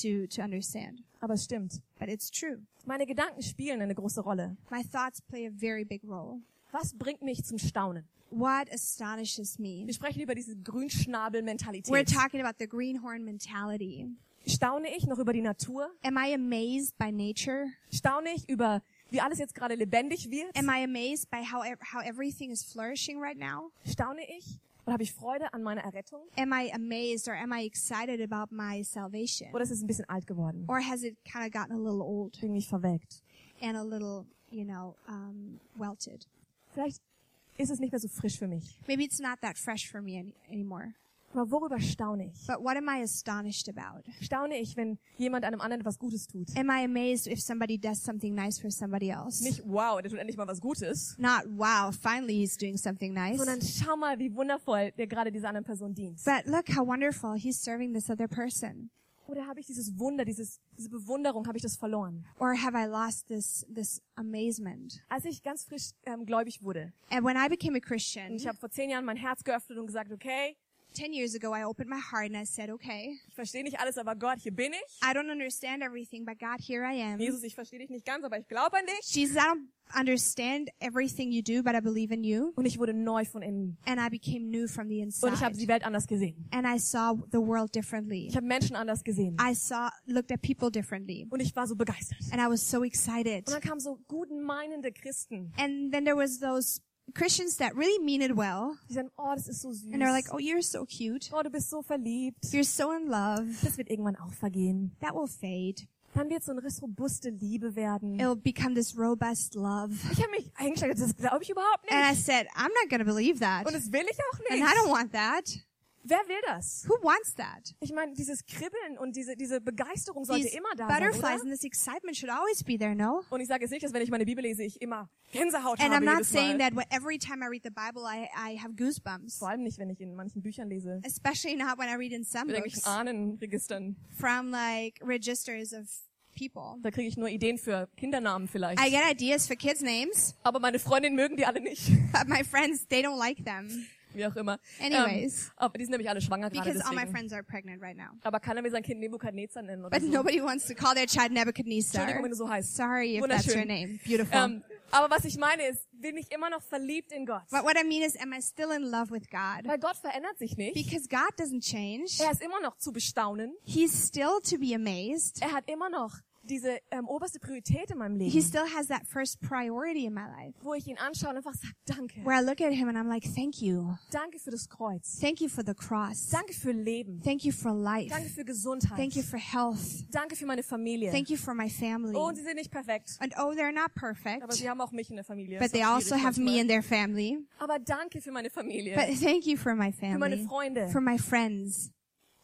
Speaker 2: to, to understand,
Speaker 1: Aber es stimmt.
Speaker 2: but it's true.
Speaker 1: Meine Gedanken spielen eine große Rolle.
Speaker 2: My thoughts play a very big role.
Speaker 1: Was bringt mich zum Staunen?
Speaker 2: What astonishes me?
Speaker 1: Wir sprechen über diese
Speaker 2: We're
Speaker 1: Grünschnabel-Mentalität.
Speaker 2: talking about the greenhorn mentality.
Speaker 1: Staune ich noch über die Natur?
Speaker 2: Am I amazed by nature?
Speaker 1: Staune ich über, wie alles jetzt gerade lebendig wird?
Speaker 2: Am I amazed by how ev- how everything is flourishing right now?
Speaker 1: Staune ich? Oder habe ich Freude an meiner Errettung?
Speaker 2: Am I amazed or am I excited about my salvation?
Speaker 1: Oder ist es ein bisschen alt geworden?
Speaker 2: Or has it kind of gotten a little old
Speaker 1: Irgendwie verwelkt.
Speaker 2: and a little, you know, um, welted?
Speaker 1: Vielleicht ist es nicht mehr so frisch für mich.
Speaker 2: Maybe it's not that fresh for me any- anymore.
Speaker 1: Aber worüber staune ich?
Speaker 2: But what am I astonished about?
Speaker 1: Staune ich, wenn jemand einem anderen etwas Gutes tut?
Speaker 2: Am I amazed if somebody does something nice for somebody else?
Speaker 1: Nicht, wow, der tut endlich mal was Gutes.
Speaker 2: Not, wow, finally he's doing something nice.
Speaker 1: Sondern schau mal, wie wundervoll der gerade dieser anderen Person dient.
Speaker 2: But look how wonderful he's serving this other person.
Speaker 1: Oder habe ich dieses Wunder, dieses, diese Bewunderung, habe ich das verloren?
Speaker 2: Or have I lost this, this amazement?
Speaker 1: Als ich ganz frisch ähm, gläubig wurde,
Speaker 2: And when I became a Christian,
Speaker 1: und ich habe vor zehn Jahren mein Herz geöffnet und gesagt, okay,
Speaker 2: 10 years ago, I opened my heart and I said, okay,
Speaker 1: ich verstehe nicht alles, aber Gott, hier bin ich.
Speaker 2: I don't understand everything, but God, here I am.
Speaker 1: Jesus, ich verstehe dich nicht ganz, aber ich glaube an dich.
Speaker 2: Jesus, I don't understand everything you do, but I believe in you.
Speaker 1: Und ich wurde neu von innen.
Speaker 2: And I became new from the
Speaker 1: Und ich habe
Speaker 2: inside.
Speaker 1: die Welt anders gesehen.
Speaker 2: And I saw the world differently.
Speaker 1: Ich habe Menschen anders gesehen.
Speaker 2: I saw, looked at people differently.
Speaker 1: Und ich war so begeistert.
Speaker 2: And I was so excited.
Speaker 1: Und dann kamen so guten meinende Christen,
Speaker 2: And then there was those Christians that really mean it well.
Speaker 1: die sagen, oh, das ist so süß.
Speaker 2: And they're like, oh, you're so cute.
Speaker 1: oh, du bist so verliebt.
Speaker 2: You're so in love.
Speaker 1: Das wird irgendwann auch vergehen.
Speaker 2: That will fade.
Speaker 1: Dann wird so eine robuste Liebe werden.
Speaker 2: It'll become this robust love.
Speaker 1: Ich habe mich eingeschlagen, das glaube ich überhaupt
Speaker 2: And I
Speaker 1: nicht.
Speaker 2: said, I'm not going to believe that.
Speaker 1: Und das will ich auch
Speaker 2: And I don't
Speaker 1: nicht.
Speaker 2: want that.
Speaker 1: Wer will das?
Speaker 2: Who wants that?
Speaker 1: Ich meine, dieses Kribbeln und diese, diese Begeisterung sollte
Speaker 2: These
Speaker 1: immer da sein,
Speaker 2: butterflies
Speaker 1: oder?
Speaker 2: and this excitement should always be there, no?
Speaker 1: Und ich sage jetzt nicht, dass wenn ich meine Bibel lese, ich immer Gänsehaut
Speaker 2: And I'm
Speaker 1: habe
Speaker 2: not
Speaker 1: jedes
Speaker 2: saying
Speaker 1: Mal.
Speaker 2: that wh- every time I read the Bible, I, I have goosebumps.
Speaker 1: Vor allem nicht, wenn ich in manchen Büchern lese.
Speaker 2: Especially not when I read in some
Speaker 1: Mit
Speaker 2: books
Speaker 1: irgendwelchen Ahnenregistern.
Speaker 2: from like registers of people.
Speaker 1: Da kriege ich nur Ideen für Kindernamen vielleicht.
Speaker 2: I get ideas for kids' names,
Speaker 1: Aber meine Freundinnen mögen die alle nicht.
Speaker 2: but my friends, they don't like them
Speaker 1: Wie auch immer.
Speaker 2: Anyways.
Speaker 1: Ähm, aber die sind nämlich alle schwanger gerade
Speaker 2: because all my
Speaker 1: deswegen.
Speaker 2: friends are pregnant right now.
Speaker 1: Aber keiner will sein Kind Nebukadnezar nennen oder
Speaker 2: But
Speaker 1: so.
Speaker 2: nobody wants to call their child
Speaker 1: Entschuldigung, wenn
Speaker 2: Nebuchadnezzar.
Speaker 1: du so heißt.
Speaker 2: Sorry if that's
Speaker 1: Wunderschön.
Speaker 2: your name. Beautiful.
Speaker 1: Ähm, aber was ich meine ist, bin ich immer noch verliebt in Gott?
Speaker 2: but what I mean is, am I still in love with God?
Speaker 1: Weil Gott verändert sich nicht.
Speaker 2: Because God doesn't change.
Speaker 1: Er ist immer noch zu bestaunen.
Speaker 2: He's still to be amazed.
Speaker 1: Er hat immer noch diese ähm, oberste Priorität in meinem
Speaker 2: He
Speaker 1: Leben,
Speaker 2: still has that first priority in my life
Speaker 1: wo ich ihn anschaue und einfach sage, danke.
Speaker 2: where I look at him and I'm like, thank you.
Speaker 1: Danke für das Kreuz.
Speaker 2: Thank you for the cross.
Speaker 1: Danke für Leben.
Speaker 2: Thank you for
Speaker 1: Danke
Speaker 2: life.
Speaker 1: für Gesundheit.
Speaker 2: Thank you for health.
Speaker 1: Danke für meine Familie.
Speaker 2: Thank you for my family.
Speaker 1: Oh, und sie sind nicht perfekt.
Speaker 2: And oh, they're not
Speaker 1: Aber
Speaker 2: perfect,
Speaker 1: sie haben auch mich in der Familie.
Speaker 2: but
Speaker 1: Ist auch
Speaker 2: they also
Speaker 1: schwierig
Speaker 2: have me
Speaker 1: manchmal.
Speaker 2: in their family.
Speaker 1: Aber danke für meine Familie.
Speaker 2: But thank you for my
Speaker 1: für meine
Speaker 2: family,
Speaker 1: Freunde.
Speaker 2: for my friends.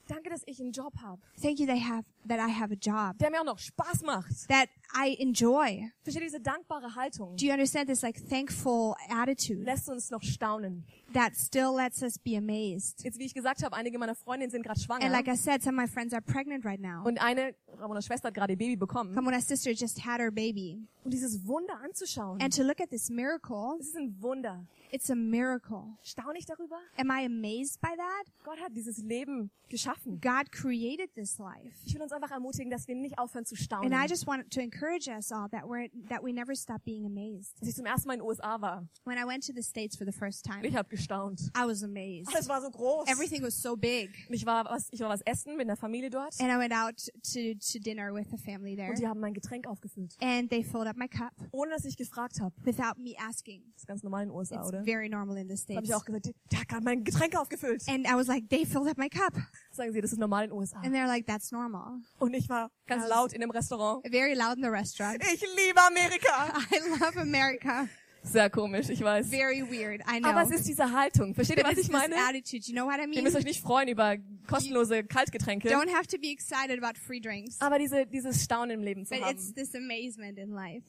Speaker 1: danke, dass ich einen Job habe,
Speaker 2: Thank you they have, that I have a job
Speaker 1: der mir auch noch Spaß macht.
Speaker 2: that I enjoy.
Speaker 1: Versteht ihr diese dankbare Haltung?
Speaker 2: Do you understand this like thankful attitude
Speaker 1: lässt uns noch staunen.
Speaker 2: that still lets us be amazed?
Speaker 1: Jetzt, wie ich gesagt habe, einige meiner Freundinnen sind gerade schwanger.
Speaker 2: And like I said, some of my friends are pregnant right now.
Speaker 1: und eine, Ramonas Schwester hat gerade ihr Baby bekommen.
Speaker 2: Ramona's sister just had her baby.
Speaker 1: Und dieses Wunder anzuschauen.
Speaker 2: And to look at this miracle,
Speaker 1: es ist ein Wunder.
Speaker 2: it's a miracle.
Speaker 1: Staune ich darüber?
Speaker 2: Am I amazed by that?
Speaker 1: Gott hat dieses Leben geschaffen.
Speaker 2: God created this life.
Speaker 1: Ich will uns einfach ermutigen, dass wir nicht aufhören zu staunen.
Speaker 2: And I
Speaker 1: Als
Speaker 2: just want to encourage us all that we're, that we never stop being amazed.
Speaker 1: ich zum ersten Mal in den USA war,
Speaker 2: When I went to the States for the first time,
Speaker 1: ich habe gestaunt.
Speaker 2: I was amazed.
Speaker 1: Alles war so groß.
Speaker 2: Everything was so big.
Speaker 1: Und Ich war was, ich war was essen mit der Familie dort
Speaker 2: And I went out to, to dinner with the family there.
Speaker 1: und die haben mein Getränk aufgefüllt,
Speaker 2: And they filled up my cup
Speaker 1: ohne dass ich gefragt habe.
Speaker 2: without me asking.
Speaker 1: Das ist ganz normal in den USA,
Speaker 2: It's
Speaker 1: oder?
Speaker 2: very normal in the
Speaker 1: Habe
Speaker 2: States.
Speaker 1: ich auch gesagt, die- der hat gerade mein Getränk aufgefüllt.
Speaker 2: And I was like, they filled up my cup.
Speaker 1: Sagen Sie, das ist normal in den USA.
Speaker 2: And they're like, that's normal.
Speaker 1: Und ich war ganz laut in dem Restaurant.
Speaker 2: Very loud in the restaurant.
Speaker 1: Ich liebe Amerika.
Speaker 2: I love America.
Speaker 1: Sehr komisch, ich weiß.
Speaker 2: Very weird. I know.
Speaker 1: Aber es ist diese Haltung. Versteht ihr,
Speaker 2: But
Speaker 1: was
Speaker 2: it's
Speaker 1: ich
Speaker 2: this
Speaker 1: meine?
Speaker 2: attitude. You know what I
Speaker 1: Ihr
Speaker 2: mean?
Speaker 1: müsst euch nicht freuen über kostenlose Kaltgetränke,
Speaker 2: Don't have to be excited about free drinks.
Speaker 1: aber diese, dieses Staunen im Leben zu
Speaker 2: But it's
Speaker 1: haben.
Speaker 2: this amazement in life.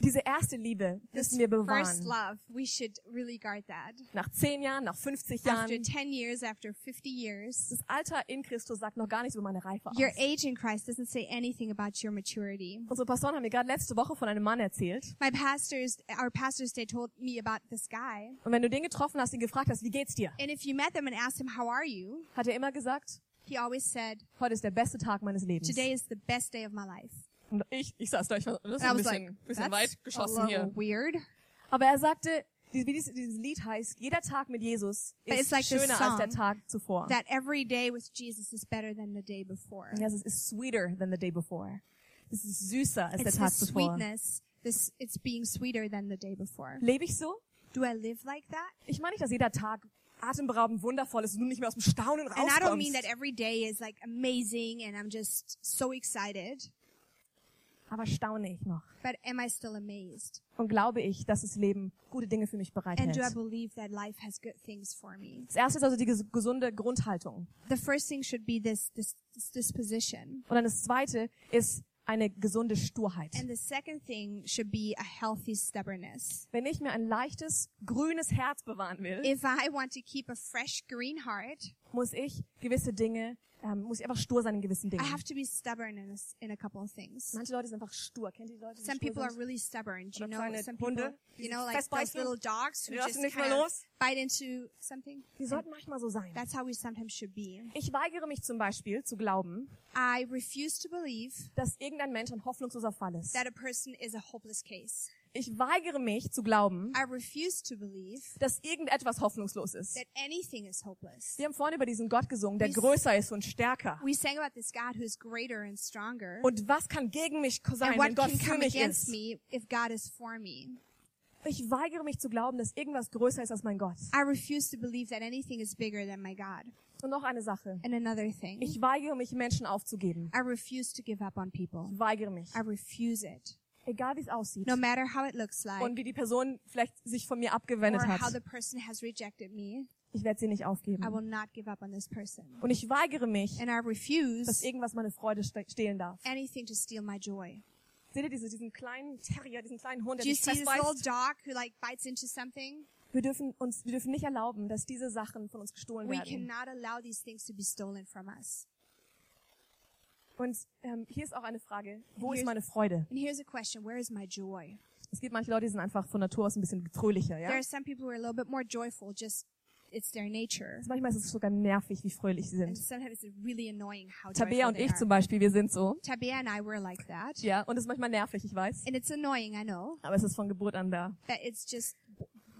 Speaker 1: Diese erste Liebe
Speaker 2: This
Speaker 1: müssen wir
Speaker 2: first
Speaker 1: bewahren.
Speaker 2: love. We should really guard that.
Speaker 1: Nach zehn Jahren, nach 50
Speaker 2: After
Speaker 1: Jahren.
Speaker 2: 10 years, after 50 years,
Speaker 1: Das Alter in Christus sagt noch gar nichts über meine Reife aus.
Speaker 2: your age in Christ doesn't say anything about your maturity.
Speaker 1: Unsere Pastoren haben mir gerade letzte Woche von einem Mann erzählt.
Speaker 2: My pastors, our pastors, they told me about this guy.
Speaker 1: Und wenn du den getroffen hast, ihn gefragt hast, wie geht's dir?
Speaker 2: And if you met them and asked him, how are you?
Speaker 1: Hat er immer gesagt,
Speaker 2: He always said,
Speaker 1: heute ist der beste Tag meines Lebens.
Speaker 2: today is the best day of my life.
Speaker 1: Und ich, ich saß da, ich war das ist
Speaker 2: And I
Speaker 1: ein
Speaker 2: was
Speaker 1: bisschen,
Speaker 2: like,
Speaker 1: bisschen
Speaker 2: that's
Speaker 1: weit
Speaker 2: a
Speaker 1: geschossen
Speaker 2: little
Speaker 1: hier.
Speaker 2: weird.
Speaker 1: Aber er sagte, wie dieses, dieses Lied heißt, jeder Tag mit Jesus
Speaker 2: But
Speaker 1: ist
Speaker 2: it's like this
Speaker 1: schöner als der
Speaker 2: song
Speaker 1: Tag zuvor.
Speaker 2: That every day with Jesus is better than the day before.
Speaker 1: Yes, it is sweeter than the day before. Es ist süßer als der
Speaker 2: It's
Speaker 1: Tag
Speaker 2: this
Speaker 1: zuvor.
Speaker 2: sweetness. This, it's being sweeter than the day before.
Speaker 1: Lebe ich so?
Speaker 2: Do I live like that?
Speaker 1: Ich meine nicht, dass jeder Tag atemberaubend wundervoll ist und du nicht mehr aus dem Staunen
Speaker 2: And I don't mean
Speaker 1: rauskommst.
Speaker 2: that every day is like amazing and I'm just so excited,
Speaker 1: Aber staune ich noch?
Speaker 2: but am I still amazed?
Speaker 1: Und glaube ich, dass das Leben gute Dinge für mich
Speaker 2: And do I
Speaker 1: bereithält?
Speaker 2: believe that life has good things for me?
Speaker 1: Das erste ist also die ges- gesunde Grundhaltung.
Speaker 2: The first thing should be this, this, this disposition.
Speaker 1: Und dann das zweite ist eine gesunde Sturheit.
Speaker 2: And the second thing should be a healthy stubbornness.
Speaker 1: Wenn ich mir ein leichtes, grünes Herz bewahren will,
Speaker 2: If I want to keep a fresh green heart,
Speaker 1: muss ich gewisse Dinge, ähm, muss ich einfach stur sein in gewissen
Speaker 2: I
Speaker 1: Dingen.
Speaker 2: have to be stubborn in a, s- in a couple of things.
Speaker 1: Manche Leute sind einfach stur. Kennt ihr die Leute, die
Speaker 2: Some
Speaker 1: stur
Speaker 2: people are
Speaker 1: sind?
Speaker 2: really stubborn. Do you
Speaker 1: Oder
Speaker 2: know
Speaker 1: kleine
Speaker 2: some
Speaker 1: Hunde,
Speaker 2: people,
Speaker 1: die
Speaker 2: you
Speaker 1: sich
Speaker 2: know, like those
Speaker 1: festbeißen.
Speaker 2: little dogs who
Speaker 1: Die lassen
Speaker 2: just
Speaker 1: nicht mehr
Speaker 2: kind of
Speaker 1: los.
Speaker 2: bite into something?
Speaker 1: Die sollten manchmal so sein.
Speaker 2: That's how we sometimes should be.
Speaker 1: Ich weigere mich zum Beispiel zu glauben,
Speaker 2: I refuse to believe
Speaker 1: dass irgendein Mensch ein hoffnungsloser Fall ist.
Speaker 2: that a person is a hopeless case.
Speaker 1: Ich weigere mich zu glauben,
Speaker 2: I refuse to believe
Speaker 1: dass irgendetwas hoffnungslos ist.
Speaker 2: that anything is hopeless.
Speaker 1: Wir haben vorhin über diesen Gott gesungen, der größer ist und stärker.
Speaker 2: We sang about this God who's greater and stronger.
Speaker 1: Und was kann gegen mich sein,
Speaker 2: And
Speaker 1: wenn
Speaker 2: what
Speaker 1: Gott
Speaker 2: can
Speaker 1: für
Speaker 2: come
Speaker 1: mich
Speaker 2: against
Speaker 1: ist?
Speaker 2: me if God is for me?
Speaker 1: Ich weigere mich zu glauben, dass irgendwas größer ist als mein Gott.
Speaker 2: I refuse to believe that anything is bigger than my God.
Speaker 1: Und noch eine Sache.
Speaker 2: And another thing,
Speaker 1: Ich weigere mich, Menschen aufzugeben.
Speaker 2: I refuse to give up on people.
Speaker 1: Ich weigere mich.
Speaker 2: I refuse it.
Speaker 1: Egal wie es aussieht.
Speaker 2: No matter how it looks like
Speaker 1: Und wie die Person vielleicht sich von mir
Speaker 2: or
Speaker 1: abgewendet
Speaker 2: how
Speaker 1: hat.
Speaker 2: the person has rejected me,
Speaker 1: Ich werde sie nicht aufgeben.
Speaker 2: I will not give up on this person.
Speaker 1: Und ich weigere mich,
Speaker 2: And I
Speaker 1: dass
Speaker 2: refuse
Speaker 1: irgendwas meine Freude ste- stehlen darf.
Speaker 2: anything to steal my joy.
Speaker 1: Seht ihr diese, diesen kleinen Terrier, diesen kleinen Hund, der
Speaker 2: Do you
Speaker 1: sich
Speaker 2: see this little
Speaker 1: festbeißt?
Speaker 2: dog who like bites into something?
Speaker 1: Wir dürfen uns, wir dürfen nicht erlauben, dass diese Sachen von uns gestohlen
Speaker 2: We
Speaker 1: werden.
Speaker 2: cannot allow these things to be stolen from us.
Speaker 1: Und ähm, hier ist auch eine Frage: Wo
Speaker 2: Hier
Speaker 1: ist
Speaker 2: ist-
Speaker 1: meine Freude?
Speaker 2: And here's a question, where is my joy?
Speaker 1: Es gibt manche Leute, die sind einfach von Natur aus ein bisschen fröhlicher, ja.
Speaker 2: There are some people who are a little bit more joyful, just it's their nature.
Speaker 1: Manchmal ist es sogar nervig, wie fröhlich sie
Speaker 2: And
Speaker 1: sind.
Speaker 2: sometimes it's really annoying how
Speaker 1: Tabea
Speaker 2: joyful
Speaker 1: und
Speaker 2: they
Speaker 1: ich
Speaker 2: are.
Speaker 1: zum Beispiel, wir sind so.
Speaker 2: Tabea and I were like that.
Speaker 1: Ja, und es ist manchmal nervig, ich weiß.
Speaker 2: And it's annoying, I know,
Speaker 1: Aber es ist von Geburt an da.
Speaker 2: but it's just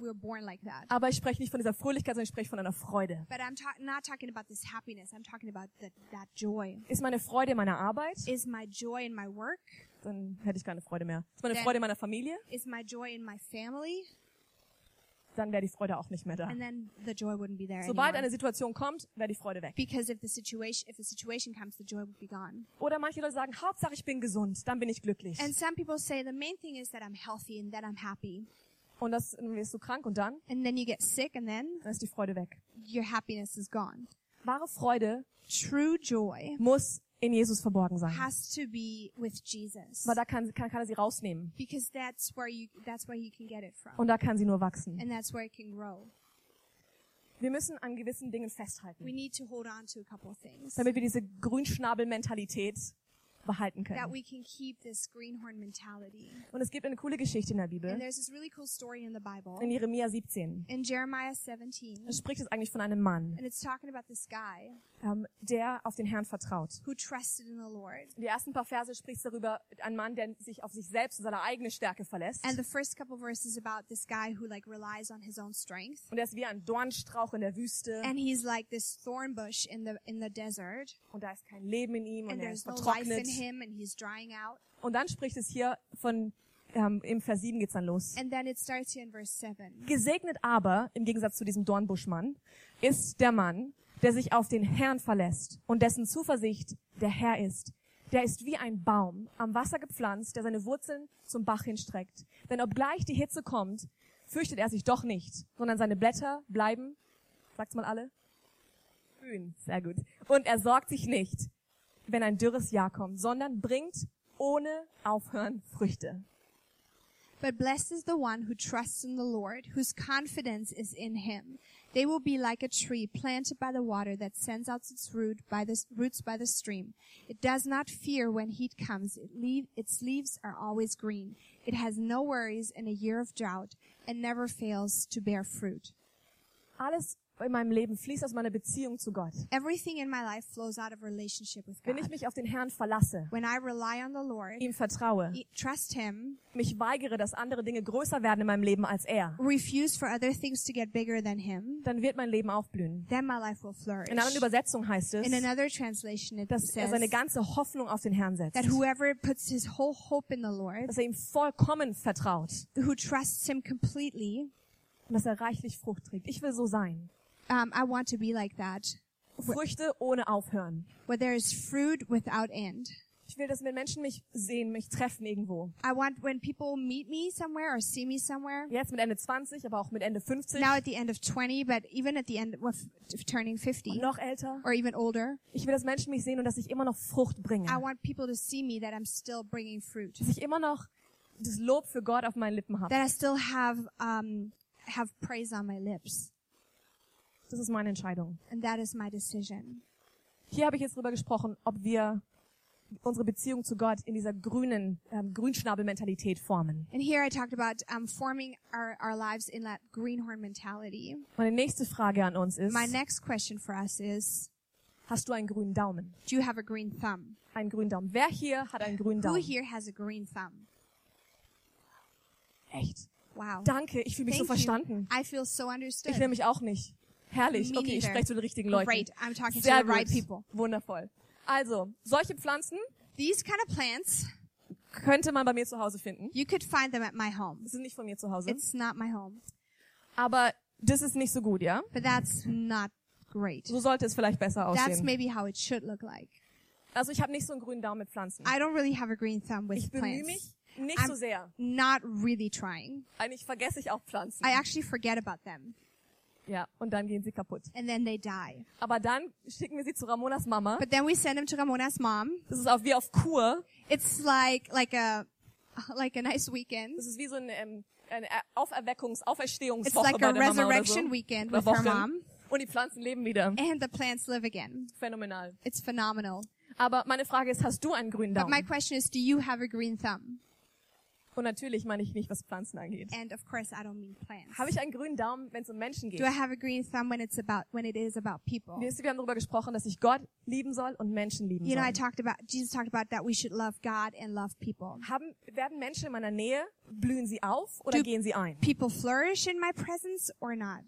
Speaker 2: we're born like that.
Speaker 1: Aber ich spreche nicht von dieser Fröhlichkeit, sondern ich spreche von einer Freude.
Speaker 2: But I'm ta- not talking about this happiness. I'm talking about that that joy.
Speaker 1: Ist meine Freude in meiner Arbeit?
Speaker 2: Is my joy in my work?
Speaker 1: Dann hätte ich keine Freude mehr. Ist meine
Speaker 2: Denn-
Speaker 1: Freude in meiner Familie?
Speaker 2: Is my joy in my family?
Speaker 1: Dann wäre die Freude auch nicht mehr da.
Speaker 2: And then the joy wouldn't be there
Speaker 1: Sobald
Speaker 2: anymore.
Speaker 1: eine Situation kommt, wäre die Freude weg.
Speaker 2: Because if the situation if the situation comes, the joy would be gone.
Speaker 1: Oder manche Leute sagen, Hauptsache ich bin gesund, dann bin ich glücklich.
Speaker 2: And some people say the main thing is that I'm healthy and that I'm happy.
Speaker 1: Und das dann wirst du krank und dann,
Speaker 2: And then you get sick and then
Speaker 1: dann ist die Freude weg.
Speaker 2: your happiness is gone.
Speaker 1: Wahre Freude
Speaker 2: True joy
Speaker 1: muss in Jesus verborgen sein.
Speaker 2: has to be with Jesus.
Speaker 1: Weil da kann, kann, kann er sie rausnehmen.
Speaker 2: Because that's where you that's where you can get it from.
Speaker 1: Und da kann sie nur wachsen.
Speaker 2: And that's where it can grow.
Speaker 1: Wir müssen an gewissen Dingen
Speaker 2: We
Speaker 1: festhalten,
Speaker 2: need to hold on to a couple of things.
Speaker 1: damit wir diese Grünschnabel-Mentalität behalten
Speaker 2: That
Speaker 1: können.
Speaker 2: we can keep this greenhorn mentality.
Speaker 1: Und es gibt eine coole Geschichte in der Bibel,
Speaker 2: And there's this really cool story in the Bible
Speaker 1: in Jeremia 17.
Speaker 2: in Jeremiah 17.
Speaker 1: Da spricht es eigentlich von einem Mann.
Speaker 2: And it's talking about this guy
Speaker 1: ähm, der auf den Herrn vertraut.
Speaker 2: who trusted in the Lord.
Speaker 1: Die ersten paar Verse spricht darüber, ein Mann, der sich auf sich selbst und seine eigene Stärke verlässt.
Speaker 2: And the first couple verses about this guy who like relies on his own strength.
Speaker 1: Und er ist wie ein Dornstrauch in der Wüste.
Speaker 2: And he's like this thorn bush in the in the desert.
Speaker 1: Und da ist kein Leben in ihm und
Speaker 2: And
Speaker 1: er ist
Speaker 2: there's no life in
Speaker 1: vertrocknet.
Speaker 2: him and he's drying out.
Speaker 1: Und dann spricht es hier von, ähm, im Vers 7 geht's dann los.
Speaker 2: And then it starts here in verse seven.
Speaker 1: Gesegnet aber, im Gegensatz zu diesem Dornbuschmann, ist der Mann, der sich auf den Herrn verlässt und dessen Zuversicht der Herr ist. Der ist wie ein Baum am Wasser gepflanzt, der seine Wurzeln zum Bach hinstreckt. Denn obgleich die Hitze kommt, fürchtet er sich doch nicht, sondern seine Blätter bleiben, sagt's mal alle, grün, sehr gut. Und er sorgt sich nicht, wenn ein dürres Jahr kommt, sondern bringt ohne Aufhören Früchte.
Speaker 2: But blessed is the one who trusts in the Lord, whose confidence is in him. They will be like a tree planted by the water that sends out its root by the roots by the stream. It does not fear when heat comes. It leave, its leaves are always green. It has no worries in a year of drought and never fails to bear fruit.
Speaker 1: Alles in meinem Leben fließt aus meiner Beziehung zu Gott.
Speaker 2: Everything in my life flows out of relationship with
Speaker 1: Wenn ich
Speaker 2: God.
Speaker 1: mich auf den Herrn verlasse,
Speaker 2: When I rely on the Lord,
Speaker 1: ihm vertraue,
Speaker 2: e- trust him,
Speaker 1: mich weigere, dass andere Dinge größer werden in meinem Leben als er,
Speaker 2: refuse for other things to get bigger than him,
Speaker 1: dann wird mein Leben aufblühen.
Speaker 2: then my life will flourish.
Speaker 1: In einer anderen Übersetzung heißt
Speaker 2: In
Speaker 1: es,
Speaker 2: another translation, it
Speaker 1: dass er
Speaker 2: says
Speaker 1: seine ganze Hoffnung auf den Herrn setzt,
Speaker 2: that whoever puts his whole hope in the Lord,
Speaker 1: dass er ihm vollkommen vertraut
Speaker 2: who trusts Him completely,
Speaker 1: und dass er reichlich Frucht trägt. Ich will so sein.
Speaker 2: um, I want to be like that,
Speaker 1: Früchte ohne Aufhören.
Speaker 2: where there is fruit without end.
Speaker 1: Ich will, dass wenn Menschen mich sehen, mich treffen irgendwo.
Speaker 2: I want when people meet me somewhere or see me somewhere.
Speaker 1: Jetzt mit Ende 20, aber auch mit Ende 50,
Speaker 2: Now at the end of 20, but even at the end of of turning 50
Speaker 1: noch älter.
Speaker 2: or even older,
Speaker 1: Ich will, dass Menschen mich sehen und dass ich immer noch Frucht bringe.
Speaker 2: I want people to see me that I'm still bringing fruit,
Speaker 1: Dass ich immer noch das Lob für Gott auf meinen Lippen habe.
Speaker 2: that I still have um, have praise on my lips,
Speaker 1: Das ist meine Entscheidung.
Speaker 2: and that is my decision.
Speaker 1: Hier habe ich jetzt drüber gesprochen, ob wir unsere Beziehung zu Gott in dieser grünen ähm, Grünschnabelmentalität formen.
Speaker 2: And here I talked about um, forming our, our lives in that greenhorn mentality.
Speaker 1: Meine nächste Frage an uns ist,
Speaker 2: My next question for us is,
Speaker 1: hast du einen grünen Daumen?
Speaker 2: do you have a green thumb?
Speaker 1: Einen grünen Daumen. Wer hier hat einen grünen
Speaker 2: Who
Speaker 1: Daumen?
Speaker 2: here has a green thumb?
Speaker 1: Echt?
Speaker 2: Wow.
Speaker 1: Danke, ich fühle mich so
Speaker 2: Thank you.
Speaker 1: verstanden.
Speaker 2: I feel so
Speaker 1: Ich nehme
Speaker 2: understood.
Speaker 1: mich auch nicht. Herrlich.
Speaker 2: Me
Speaker 1: okay, ich
Speaker 2: neither.
Speaker 1: spreche zu den richtigen Leuten.
Speaker 2: Great. I'm talking to
Speaker 1: Sehr
Speaker 2: the
Speaker 1: gut.
Speaker 2: right people.
Speaker 1: Wundervoll. Also, solche Pflanzen
Speaker 2: These kind of plants,
Speaker 1: könnte man bei mir zu Hause finden.
Speaker 2: you could find them at my home.
Speaker 1: Das sind nicht von mir zu Hause.
Speaker 2: It's not my home,
Speaker 1: Aber das ist nicht so gut, ja?
Speaker 2: but that's not great.
Speaker 1: So sollte es vielleicht besser
Speaker 2: That's
Speaker 1: aussehen.
Speaker 2: maybe how it should look like.
Speaker 1: Also ich habe nicht so einen grünen Daumen mit Pflanzen.
Speaker 2: I don't really have a green thumb
Speaker 1: Ich
Speaker 2: with
Speaker 1: bemühe
Speaker 2: plants.
Speaker 1: mich nicht
Speaker 2: I'm-
Speaker 1: so sehr.
Speaker 2: Not really trying.
Speaker 1: Eigentlich vergesse ich auch Pflanzen.
Speaker 2: I actually forget about them
Speaker 1: ja, und dann gehen sie kaputt.
Speaker 2: and then they die.
Speaker 1: Aber dann schicken wir sie zu Ramonas Mama.
Speaker 2: But then we send them to Ramona's mom.
Speaker 1: Das ist auch wie auf Kur.
Speaker 2: It's like like a like a nice weekend.
Speaker 1: Das ist wie so ein, ähm, eine Auferweckungs-,
Speaker 2: It's
Speaker 1: Auferstehungswoche
Speaker 2: like
Speaker 1: bei
Speaker 2: a
Speaker 1: der Mama oder so.
Speaker 2: resurrection weekend
Speaker 1: Oder
Speaker 2: with her
Speaker 1: Wochen.
Speaker 2: mom.
Speaker 1: Und die Pflanzen leben wieder.
Speaker 2: and the plants live again.
Speaker 1: Phänomenal.
Speaker 2: It's phenomenal.
Speaker 1: Aber meine Frage ist, hast du einen grünen
Speaker 2: But my
Speaker 1: Daumen?
Speaker 2: question is, do you have a green thumb?
Speaker 1: Und natürlich meine ich nicht, was Pflanzen angeht.
Speaker 2: And of course, I don't mean plants.
Speaker 1: Habe ich einen grünen Daumen, wenn es um Menschen geht?
Speaker 2: Do I have a green thumb when it's about when it is about people?
Speaker 1: Wir wir haben darüber gesprochen, dass ich Gott lieben soll und Menschen lieben
Speaker 2: You know, I
Speaker 1: soll.
Speaker 2: talked about Jesus talked about that we should love God and love people.
Speaker 1: Haben, werden Menschen in meiner Nähe, blühen sie auf oder
Speaker 2: Du-
Speaker 1: gehen sie ein?
Speaker 2: People flourish in my presence or not.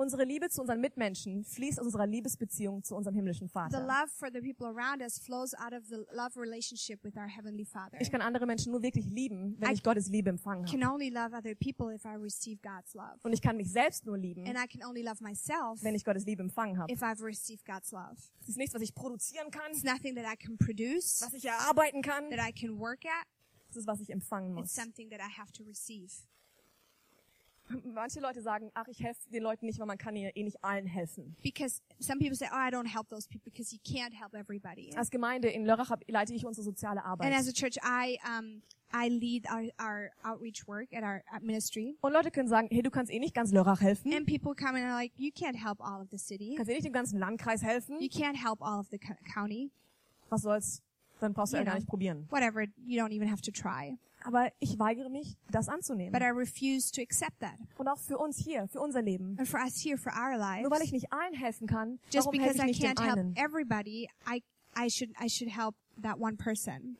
Speaker 1: Unsere Liebe zu unseren Mitmenschen fließt aus unserer Liebesbeziehung zu unserem himmlischen
Speaker 2: The
Speaker 1: Vater.
Speaker 2: love for the people around us flows out of the love relationship with our heavenly Father.
Speaker 1: Ich kann andere Menschen nur wirklich lieben, wenn
Speaker 2: I-
Speaker 1: ich Gottes Liebe empfangen habe.
Speaker 2: can only love other people if I receive God's love,
Speaker 1: Und ich kann mich selbst nur lieben,
Speaker 2: and I can only love myself
Speaker 1: wenn ich Gottes Liebe empfangen habe.
Speaker 2: if I've received God's love.
Speaker 1: Es ist nichts, was ich produzieren kann,
Speaker 2: It's nothing that I can produce,
Speaker 1: was ich erarbeiten kann.
Speaker 2: that I can work at.
Speaker 1: Es ist, was ich empfangen
Speaker 2: It's
Speaker 1: muss.
Speaker 2: something that I have to receive.
Speaker 1: Manche Leute sagen, ach, ich helfe den Leuten nicht, weil man kann ja eh nicht allen helfen.
Speaker 2: Because some people say, oh, I don't help those people because you can't help everybody.
Speaker 1: Als Gemeinde in Lörrach hab- leite ich unsere soziale
Speaker 2: And
Speaker 1: Arbeit.
Speaker 2: as a church, I, um, I lead our, our outreach work at our at ministry.
Speaker 1: Und Leute können sagen, hey, du kannst eh nicht ganz Lörrach helfen.
Speaker 2: And people come and are like, you can't help all of the city.
Speaker 1: Kannst eh nicht dem ganzen Landkreis helfen.
Speaker 2: You can't help all of the co- county.
Speaker 1: Was soll's? Dann brauchst du ja
Speaker 2: Genau.
Speaker 1: gar nicht probieren.
Speaker 2: Whatever. You don't even have to try.
Speaker 1: Aber ich weigere mich, das
Speaker 2: but
Speaker 1: anzunehmen.
Speaker 2: I refuse to accept that.
Speaker 1: Und auch für uns hier, für unser Leben.
Speaker 2: And for us here, for our lives,
Speaker 1: Nur weil ich nicht allen helfen kann,
Speaker 2: just
Speaker 1: warum
Speaker 2: because
Speaker 1: helfe ich nicht
Speaker 2: I
Speaker 1: dem
Speaker 2: can't help
Speaker 1: einen?
Speaker 2: everybody, I I should I should help that one person.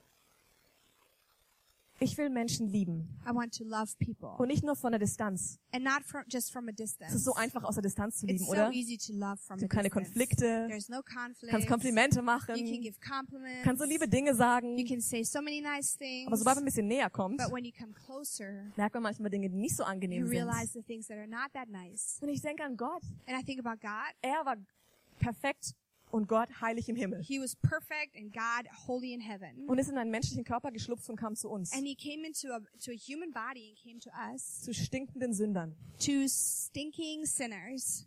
Speaker 1: Ich will Menschen lieben.
Speaker 2: I want to love people,
Speaker 1: Und nicht nur von der Distanz.
Speaker 2: and not from just from a
Speaker 1: Es ist
Speaker 2: distance.
Speaker 1: so einfach, aus der Distanz zu lieben,
Speaker 2: It's so
Speaker 1: oder?
Speaker 2: easy to love from
Speaker 1: Es
Speaker 2: a
Speaker 1: gibt keine
Speaker 2: distance.
Speaker 1: Konflikte.
Speaker 2: There's no
Speaker 1: Du
Speaker 2: conflict.
Speaker 1: kannst Komplimente
Speaker 2: You can
Speaker 1: machen,
Speaker 2: give compliments.
Speaker 1: kannst so liebe Dinge
Speaker 2: You
Speaker 1: sagen.
Speaker 2: can say so many nice things.
Speaker 1: Aber sobald man ein bisschen näher kommt,
Speaker 2: but when you come closer,
Speaker 1: merkt man manchmal Dinge, die nicht so
Speaker 2: you
Speaker 1: angenehm sind.
Speaker 2: realize the things that are not that nice.
Speaker 1: Und ich denke an Gott.
Speaker 2: And I think about God.
Speaker 1: Er war perfekt und Gott heilig im Himmel.
Speaker 2: He was perfect and God holy in heaven.
Speaker 1: Und ist in einen menschlichen Körper geschlüpft und kam zu uns.
Speaker 2: And he came into a, to a human body and came to us,
Speaker 1: Zu stinkenden Sündern.
Speaker 2: to stinking sinners,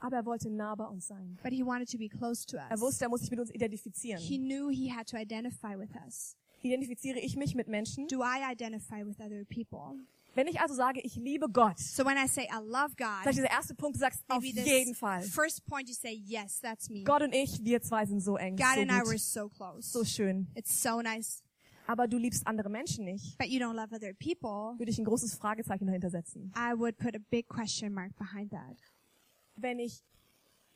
Speaker 1: Aber er wollte nah bei uns sein.
Speaker 2: but he wanted to be close to
Speaker 1: Er
Speaker 2: us.
Speaker 1: wusste, er muss sich mit uns
Speaker 2: He
Speaker 1: identifizieren.
Speaker 2: knew he had to identify with us.
Speaker 1: Identifiziere ich mich mit Menschen?
Speaker 2: Do I identify with other people?
Speaker 1: Wenn ich also sage, ich liebe Gott,
Speaker 2: So when I say I love God,
Speaker 1: vielleicht dieser erste Punkt, du sagst, auf
Speaker 2: maybe
Speaker 1: jeden
Speaker 2: this
Speaker 1: Fall.
Speaker 2: first point you say, yes, that's me.
Speaker 1: Gott und ich, wir zwei sind so eng,
Speaker 2: God
Speaker 1: so,
Speaker 2: and I were
Speaker 1: gut,
Speaker 2: so close.
Speaker 1: so schön.
Speaker 2: It's so nice.
Speaker 1: Aber du liebst andere Menschen nicht,
Speaker 2: But you don't love other people.
Speaker 1: würde ich ein großes Fragezeichen dahinter setzen.
Speaker 2: I would put a big question mark behind that.
Speaker 1: Wenn ich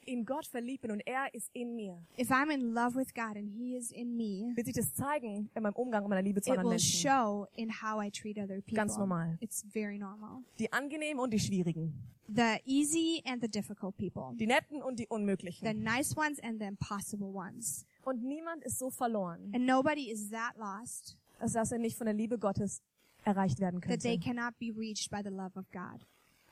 Speaker 1: in Gott verliebt bin und er ist in mir,
Speaker 2: If I'm in love with God and He is in me,
Speaker 1: wird sich das zeigen in meinem Umgang und meiner Liebe zu
Speaker 2: it
Speaker 1: anderen
Speaker 2: will
Speaker 1: Menschen.
Speaker 2: show in how I treat other people.
Speaker 1: Ganz normal.
Speaker 2: It's very normal.
Speaker 1: Die angenehmen und die schwierigen.
Speaker 2: The easy and the difficult people.
Speaker 1: Die netten und die
Speaker 2: The
Speaker 1: unmöglichen.
Speaker 2: nice ones and the impossible ones.
Speaker 1: Und niemand ist so verloren,
Speaker 2: And nobody is that lost
Speaker 1: als dass er nicht von der Liebe Gottes erreicht werden
Speaker 2: that they
Speaker 1: könnte.
Speaker 2: cannot be reached by the love of God.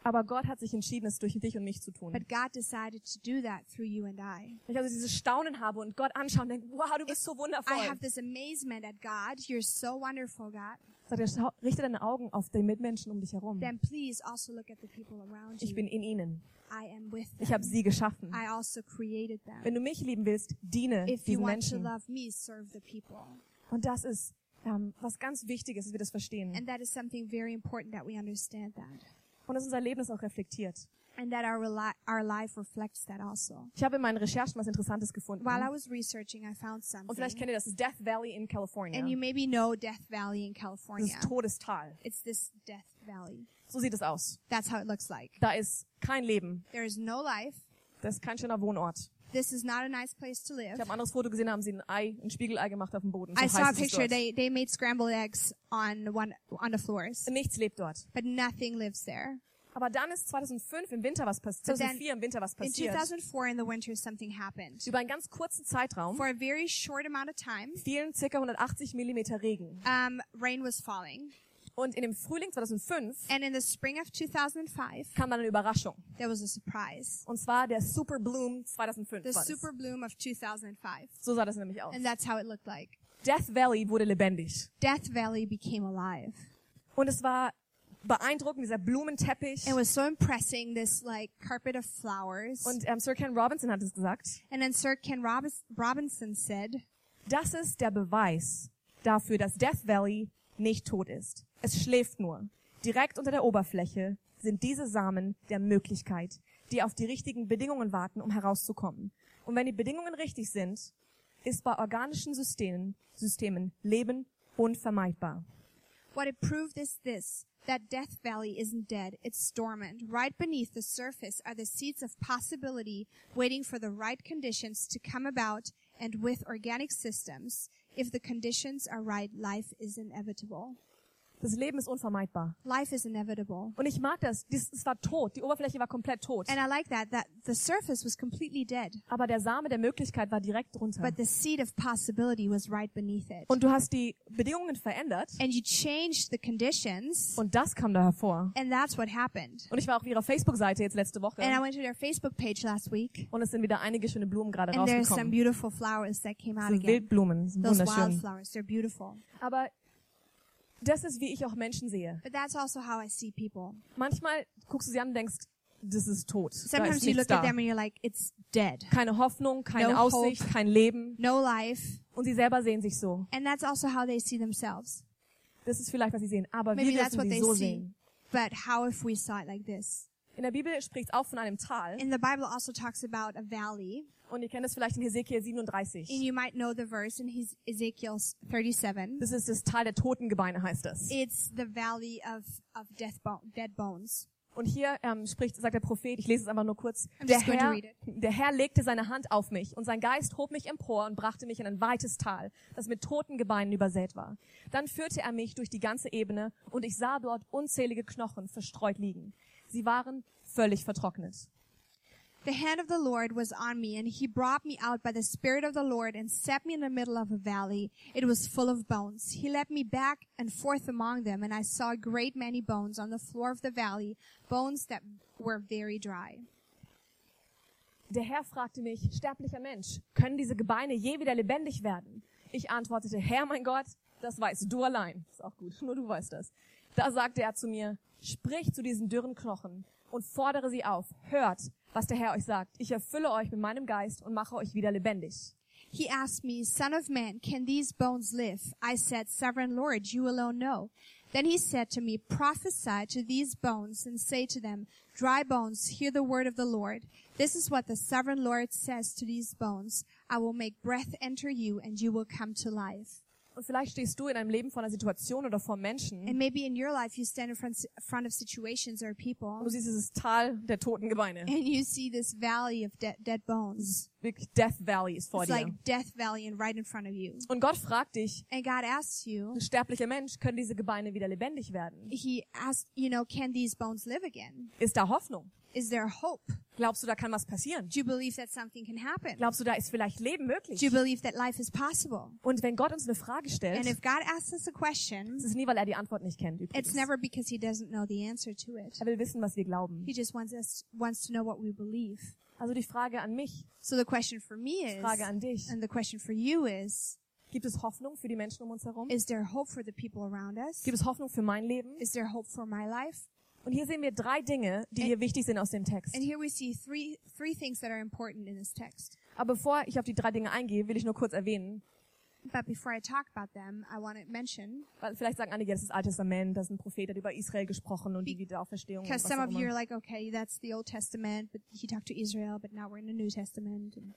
Speaker 1: Aber Gott hat sich entschieden, es durch dich und mich zu tun.
Speaker 2: But God decided to do that through you and I.
Speaker 1: Wenn ich also dieses Staunen habe und Gott anschaue und denke, wow, du bist so
Speaker 2: I
Speaker 1: wundervoll.
Speaker 2: have this amazement at God. You're so wonderful, God.
Speaker 1: Sagt er, schau, richte deine Augen auf die Mitmenschen um dich herum.
Speaker 2: Then please also look at the people around
Speaker 1: Ich
Speaker 2: you.
Speaker 1: bin in ihnen.
Speaker 2: I am with
Speaker 1: Ich habe
Speaker 2: them.
Speaker 1: sie geschaffen.
Speaker 2: I also created them.
Speaker 1: Wenn du mich lieben willst, diene
Speaker 2: If you
Speaker 1: diesen
Speaker 2: want to
Speaker 1: Menschen.
Speaker 2: love me, serve the people.
Speaker 1: Und das ist ähm, was ganz Wichtiges, dass wir das verstehen.
Speaker 2: And that is something very important that we understand that.
Speaker 1: Und dass unser Leben das auch reflektiert.
Speaker 2: And that our, reli- our life reflects that also.
Speaker 1: Ich habe in meinen Recherchen was Interessantes gefunden.
Speaker 2: While I was researching, Mm-hmm. Oh, I found
Speaker 1: Und vielleicht
Speaker 2: something.
Speaker 1: kennt ihr das, das ist Death Valley in
Speaker 2: And you
Speaker 1: California.
Speaker 2: maybe know Death Valley in
Speaker 1: Das
Speaker 2: California.
Speaker 1: ist Todestal.
Speaker 2: It's this Death Valley.
Speaker 1: So sieht es aus.
Speaker 2: That's how it looks like.
Speaker 1: Da ist kein Leben.
Speaker 2: There is no life.
Speaker 1: Da ist kein schöner Wohnort.
Speaker 2: This is not a nice place to
Speaker 1: Ich
Speaker 2: live.
Speaker 1: habe ein anderes Foto gesehen, da haben sie ein Ei, ein Spiegelei gemacht auf dem Boden. So
Speaker 2: I saw a
Speaker 1: heiß ist es
Speaker 2: picture.
Speaker 1: dort.
Speaker 2: They, they made scrambled eggs on one, on the floors.
Speaker 1: Nichts lebt dort.
Speaker 2: But nothing lives there.
Speaker 1: Aber dann ist 2005 im Winter was passiert,
Speaker 2: But then
Speaker 1: 2004 im Winter was
Speaker 2: In
Speaker 1: passiert.
Speaker 2: 2004 in the winter, something happened.
Speaker 1: Über einen ganz kurzen Zeitraum
Speaker 2: For a very short amount of time,
Speaker 1: fielen ca. 180 Millimeter Regen.
Speaker 2: um, rain was falling.
Speaker 1: Und in dem Frühling 2005
Speaker 2: And in the spring of 2005,
Speaker 1: kam dann eine Überraschung.
Speaker 2: there was a surprise.
Speaker 1: Und zwar der Super Bloom 2005.
Speaker 2: The
Speaker 1: war das.
Speaker 2: super bloom of 2005.
Speaker 1: so sah das nämlich aus.
Speaker 2: And that's how it looked like.
Speaker 1: Death Valley wurde lebendig.
Speaker 2: Death Valley became alive.
Speaker 1: Und es war beeindruckend, dieser Blumenteppich.
Speaker 2: It was so impressing, this like carpet of flowers.
Speaker 1: Und ähm, Sir Ken Robinson hat es gesagt.
Speaker 2: And then Sir Ken Robis- Robinson said,
Speaker 1: Das ist der Beweis dafür, dass Death Valley nicht tot ist. Es schläft nur. Direkt unter der Oberfläche sind diese Samen der Möglichkeit, die auf die richtigen Bedingungen warten, um herauszukommen. Und wenn die Bedingungen richtig sind, ist bei organischen Systemen, Systemen Leben unvermeidbar.
Speaker 2: What it proved is this that Death Valley isn't dead, it's dormant. Right beneath the surface are the seeds of possibility waiting for the right conditions to come about, and with organic systems, if the conditions are right, life is inevitable.
Speaker 1: Das Leben ist unvermeidbar.
Speaker 2: Life is inevitable.
Speaker 1: Und ich mag das. Dies, es war tot. Die Oberfläche war komplett tot.
Speaker 2: And I like that, that the surface was completely dead,
Speaker 1: Aber der Same der Möglichkeit war direkt drunter.
Speaker 2: but the seed of possibility was right beneath it.
Speaker 1: Und du hast die Bedingungen verändert.
Speaker 2: And you changed the conditions,
Speaker 1: Und das kam da hervor.
Speaker 2: and that's what happened.
Speaker 1: Und ich war auf ihrer Facebook-Seite jetzt letzte Woche.
Speaker 2: And I went to their Facebook page last week,
Speaker 1: Und es sind wieder einige schöne Blumen gerade
Speaker 2: and there's some
Speaker 1: rausgekommen.
Speaker 2: beautiful flowers that came
Speaker 1: Das
Speaker 2: out
Speaker 1: sind
Speaker 2: again.
Speaker 1: Wildblumen, sind
Speaker 2: those
Speaker 1: wunderschön.
Speaker 2: wildflowers. They're beautiful.
Speaker 1: Aber das ist, wie ich auch Menschen sehe.
Speaker 2: But that's also how I see people.
Speaker 1: Manchmal guckst du sie an und denkst, das ist tot. Da
Speaker 2: Sometimes
Speaker 1: ist
Speaker 2: you
Speaker 1: nichts
Speaker 2: look
Speaker 1: da.
Speaker 2: at them and you're like, it's dead.
Speaker 1: Keine Hoffnung, keine
Speaker 2: No
Speaker 1: Aussicht, kein Leben.
Speaker 2: No life.
Speaker 1: Und sie selber sehen sich so.
Speaker 2: And that's also how they see themselves.
Speaker 1: Das ist vielleicht, was sie sehen. Aber
Speaker 2: Maybe
Speaker 1: wir
Speaker 2: that's
Speaker 1: dürfen
Speaker 2: what
Speaker 1: sie
Speaker 2: they
Speaker 1: so
Speaker 2: see.
Speaker 1: sehen.
Speaker 2: But how if we saw it like this?
Speaker 1: In der Bibel spricht es auch von einem Tal.
Speaker 2: And the Bible also talks about a valley.
Speaker 1: Und ihr kennt es vielleicht in Hesekiel
Speaker 2: And
Speaker 1: 37.
Speaker 2: you might know the verse in Hez- Ezekiel 37.
Speaker 1: Das ist das Tal der Totengebeine, heißt es.
Speaker 2: It's the valley of, of death bone, dead bones.
Speaker 1: Und hier ähm, spricht, sagt der Prophet, ich lese es einfach nur kurz.
Speaker 2: I'm
Speaker 1: Der
Speaker 2: just going to
Speaker 1: Herr,
Speaker 2: read it.
Speaker 1: der Herr legte seine Hand auf mich und sein Geist hob mich empor und brachte mich in ein weites Tal, das mit Totengebeinen übersät war. Dann führte er mich durch die ganze Ebene und ich sah dort unzählige Knochen verstreut liegen. Sie waren völlig vertrocknet.
Speaker 2: The hand of the Lord was on me, and he brought me out by the Spirit of the Lord and set me in the middle of a valley. It was full of bones. He led me back and forth among them, and I saw a great many bones on the floor of the valley, bones that were very dry.
Speaker 1: Der Herr fragte mich, sterblicher Mensch, können diese Gebeine je wieder lebendig werden? Ich antwortete, Herr, mein Gott, das weißt du allein. Ist auch gut, nur du weißt das. Da sagte er zu mir, sprich zu diesen dürren Knochen und fordere sie auf. Hört, was der Herr euch sagt. Ich erfülle euch mit meinem Geist und mache euch wieder lebendig.
Speaker 2: He asked me, Son of man, can these bones live? I said, Sovereign Lord, you alone know. Then he said to me, Prophesy to these bones and say to them, Dry bones, hear the word of the Lord. This is what the sovereign Lord says to these bones. I will make breath enter you and you will come to life.
Speaker 1: Und vielleicht stehst du in einem Leben vor einer Situation oder vor Menschen
Speaker 2: And maybe in your life you stand in front, front of situations or
Speaker 1: und du
Speaker 2: people
Speaker 1: siehst dieses Tal der toten Gebeine.
Speaker 2: and you see this valley of de- dead bones.
Speaker 1: Wirklich Death Valley ist vor
Speaker 2: It's
Speaker 1: dir.
Speaker 2: like Death Valley and right in front of you.
Speaker 1: Und Gott fragt dich,
Speaker 2: And God asks you,
Speaker 1: sterblicher Mensch, können diese Gebeine wieder lebendig werden?
Speaker 2: He asked, you know, can these bones live again?
Speaker 1: Ist da Hoffnung?
Speaker 2: Is there hope?
Speaker 1: Glaubst du, da kann was passieren?
Speaker 2: Do you believe that something can happen?
Speaker 1: Glaubst du, da ist vielleicht Leben
Speaker 2: Do you
Speaker 1: möglich?
Speaker 2: believe that life is possible?
Speaker 1: Und wenn Gott uns eine Frage stellt,
Speaker 2: And
Speaker 1: ist
Speaker 2: if God asks us a question,
Speaker 1: es nie, weil er die Antwort nicht kennt. Übrigens.
Speaker 2: it's never because he doesn't know the answer to it.
Speaker 1: Er will wissen, was wir glauben.
Speaker 2: He just wants us wants to know what we believe.
Speaker 1: Also die Frage an mich,
Speaker 2: So the question for me is
Speaker 1: Frage an dich.
Speaker 2: and the question for you is
Speaker 1: Gibt es Hoffnung für die Menschen um uns herum?
Speaker 2: is there hope for the people around us?
Speaker 1: Gibt es Hoffnung für mein Leben?
Speaker 2: Is there hope for my life?
Speaker 1: Und hier sehen wir drei Dinge, die hier wichtig sind aus dem Text.
Speaker 2: And here we see three three things that are important in this text.
Speaker 1: Aber bevor ich auf die drei Dinge eingehe, will ich nur kurz erwähnen,
Speaker 2: But before I talk about them, I want to mention
Speaker 1: weil vielleicht sagen einige, das ist Altes Testament, das ist ein Prophet, der hat über Israel gesprochen und die Wiederauferstehung. Und
Speaker 2: Because
Speaker 1: was
Speaker 2: some
Speaker 1: auch
Speaker 2: of you are
Speaker 1: immer.
Speaker 2: like, okay, that's the Old Testament, but he talked to Israel, but now we're in the New Testament. And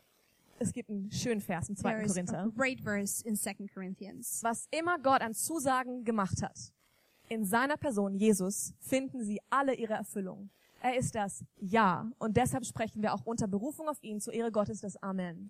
Speaker 1: Es gibt einen schönen Vers im
Speaker 2: there
Speaker 1: 2.
Speaker 2: is a
Speaker 1: Korinther.
Speaker 2: great verse in Second Corinthians.
Speaker 1: Was immer Gott an Zusagen gemacht hat, in seiner Person, Jesus, finden sie alle ihre Erfüllung. Er ist das Ja. Und deshalb sprechen wir auch unter Berufung auf ihn zur Ehre Gottes das Amen.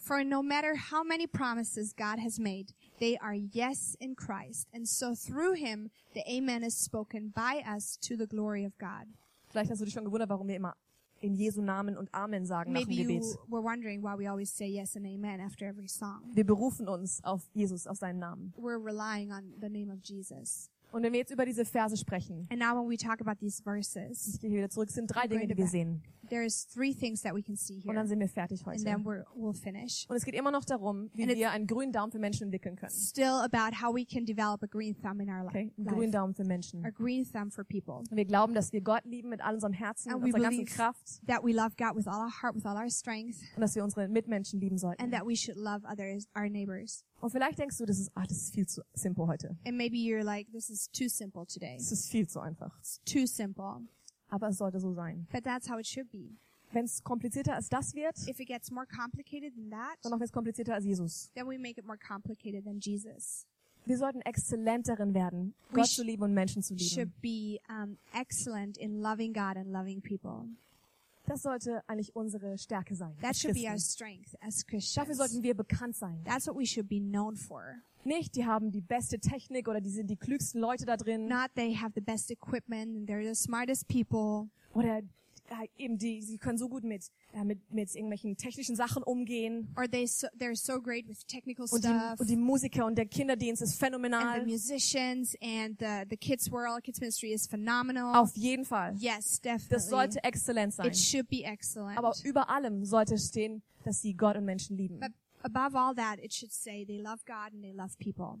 Speaker 2: For no matter how many promises God has made, they are yes in Christ. And so through him, the amen is spoken by us to the glory of God.
Speaker 1: Vielleicht hast du dich schon gewundert, warum wir immer in Jesu Namen und Amen sagen nach
Speaker 2: Maybe
Speaker 1: dem Gebet.
Speaker 2: you were wondering why we always say yes and amen after every song.
Speaker 1: Wir berufen uns auf Jesus, auf seinen Namen.
Speaker 2: We're relying on the name of Jesus.
Speaker 1: Und wenn wir jetzt über diese Verse sprechen,
Speaker 2: And now when we talk about these verses,
Speaker 1: ich gehe hier wieder zurück, es sind drei Dinge, die wir sehen.
Speaker 2: there's three things that we can see
Speaker 1: Und
Speaker 2: here.
Speaker 1: dann sind wir fertig
Speaker 2: And
Speaker 1: heute.
Speaker 2: then we're, we'll finish.
Speaker 1: Und es geht immer noch darum, wie
Speaker 2: And it's-
Speaker 1: wir einen grünen Daumen für Menschen entwickeln können.
Speaker 2: still about how we can develop a green thumb in our li-
Speaker 1: Okay? Einen
Speaker 2: life.
Speaker 1: grünen Daumen für Menschen.
Speaker 2: A green thumb for people.
Speaker 1: Und wir glauben, dass wir Gott lieben mit all unserem Herzen, mit
Speaker 2: And we
Speaker 1: unserer ganzen
Speaker 2: believe
Speaker 1: Kraft
Speaker 2: that we love God with all our heart, with all our strength,
Speaker 1: und dass wir unsere Mitmenschen lieben
Speaker 2: and
Speaker 1: sollten.
Speaker 2: that we should love others, our neighbors.
Speaker 1: Und vielleicht denkst du, das ist, ah, das ist viel zu simpel heute.
Speaker 2: And maybe you're like, this is too simple today.
Speaker 1: Das ist viel zu einfach.
Speaker 2: It's too simple.
Speaker 1: Aber es sollte so sein.
Speaker 2: But that's how it should be.
Speaker 1: Wenn es komplizierter als das wird,
Speaker 2: If it gets more complicated than that,
Speaker 1: dann noch wenn es komplizierter als Jesus.
Speaker 2: then we make it more complicated than Jesus.
Speaker 1: Wir sollten exzellenteren werden,
Speaker 2: We
Speaker 1: Gott
Speaker 2: sh-
Speaker 1: zu lieben und Menschen zu lieben.
Speaker 2: Should be um, excellent in loving God and loving people.
Speaker 1: Das sollte eigentlich unsere Stärke sein.
Speaker 2: That
Speaker 1: als
Speaker 2: should be
Speaker 1: Christen.
Speaker 2: our strength as
Speaker 1: Dafür
Speaker 2: Christians.
Speaker 1: sollten wir bekannt sein.
Speaker 2: That's what we should be known for.
Speaker 1: Nicht, die haben die beste Technik oder die sind die klügsten Leute da drin
Speaker 2: not they have the best equipment and they're the smartest people
Speaker 1: oder äh, eben die, sie können so gut mit, äh, mit, mit irgendwelchen technischen Sachen umgehen.
Speaker 2: or they so, they're so great with technical
Speaker 1: Und die,
Speaker 2: stuff
Speaker 1: und die Musiker und der Kinderdienst ist
Speaker 2: and the
Speaker 1: phänomenal.
Speaker 2: musicians and the the kids world kids ministry is phenomenal
Speaker 1: Auf jeden Fall.
Speaker 2: yes
Speaker 1: Das
Speaker 2: definitely
Speaker 1: sollte exzellent sein.
Speaker 2: it should be excellent
Speaker 1: Aber über allem sollte stehen, dass sie Gott und Menschen lieben.
Speaker 2: but above all that it should say they love God and they love people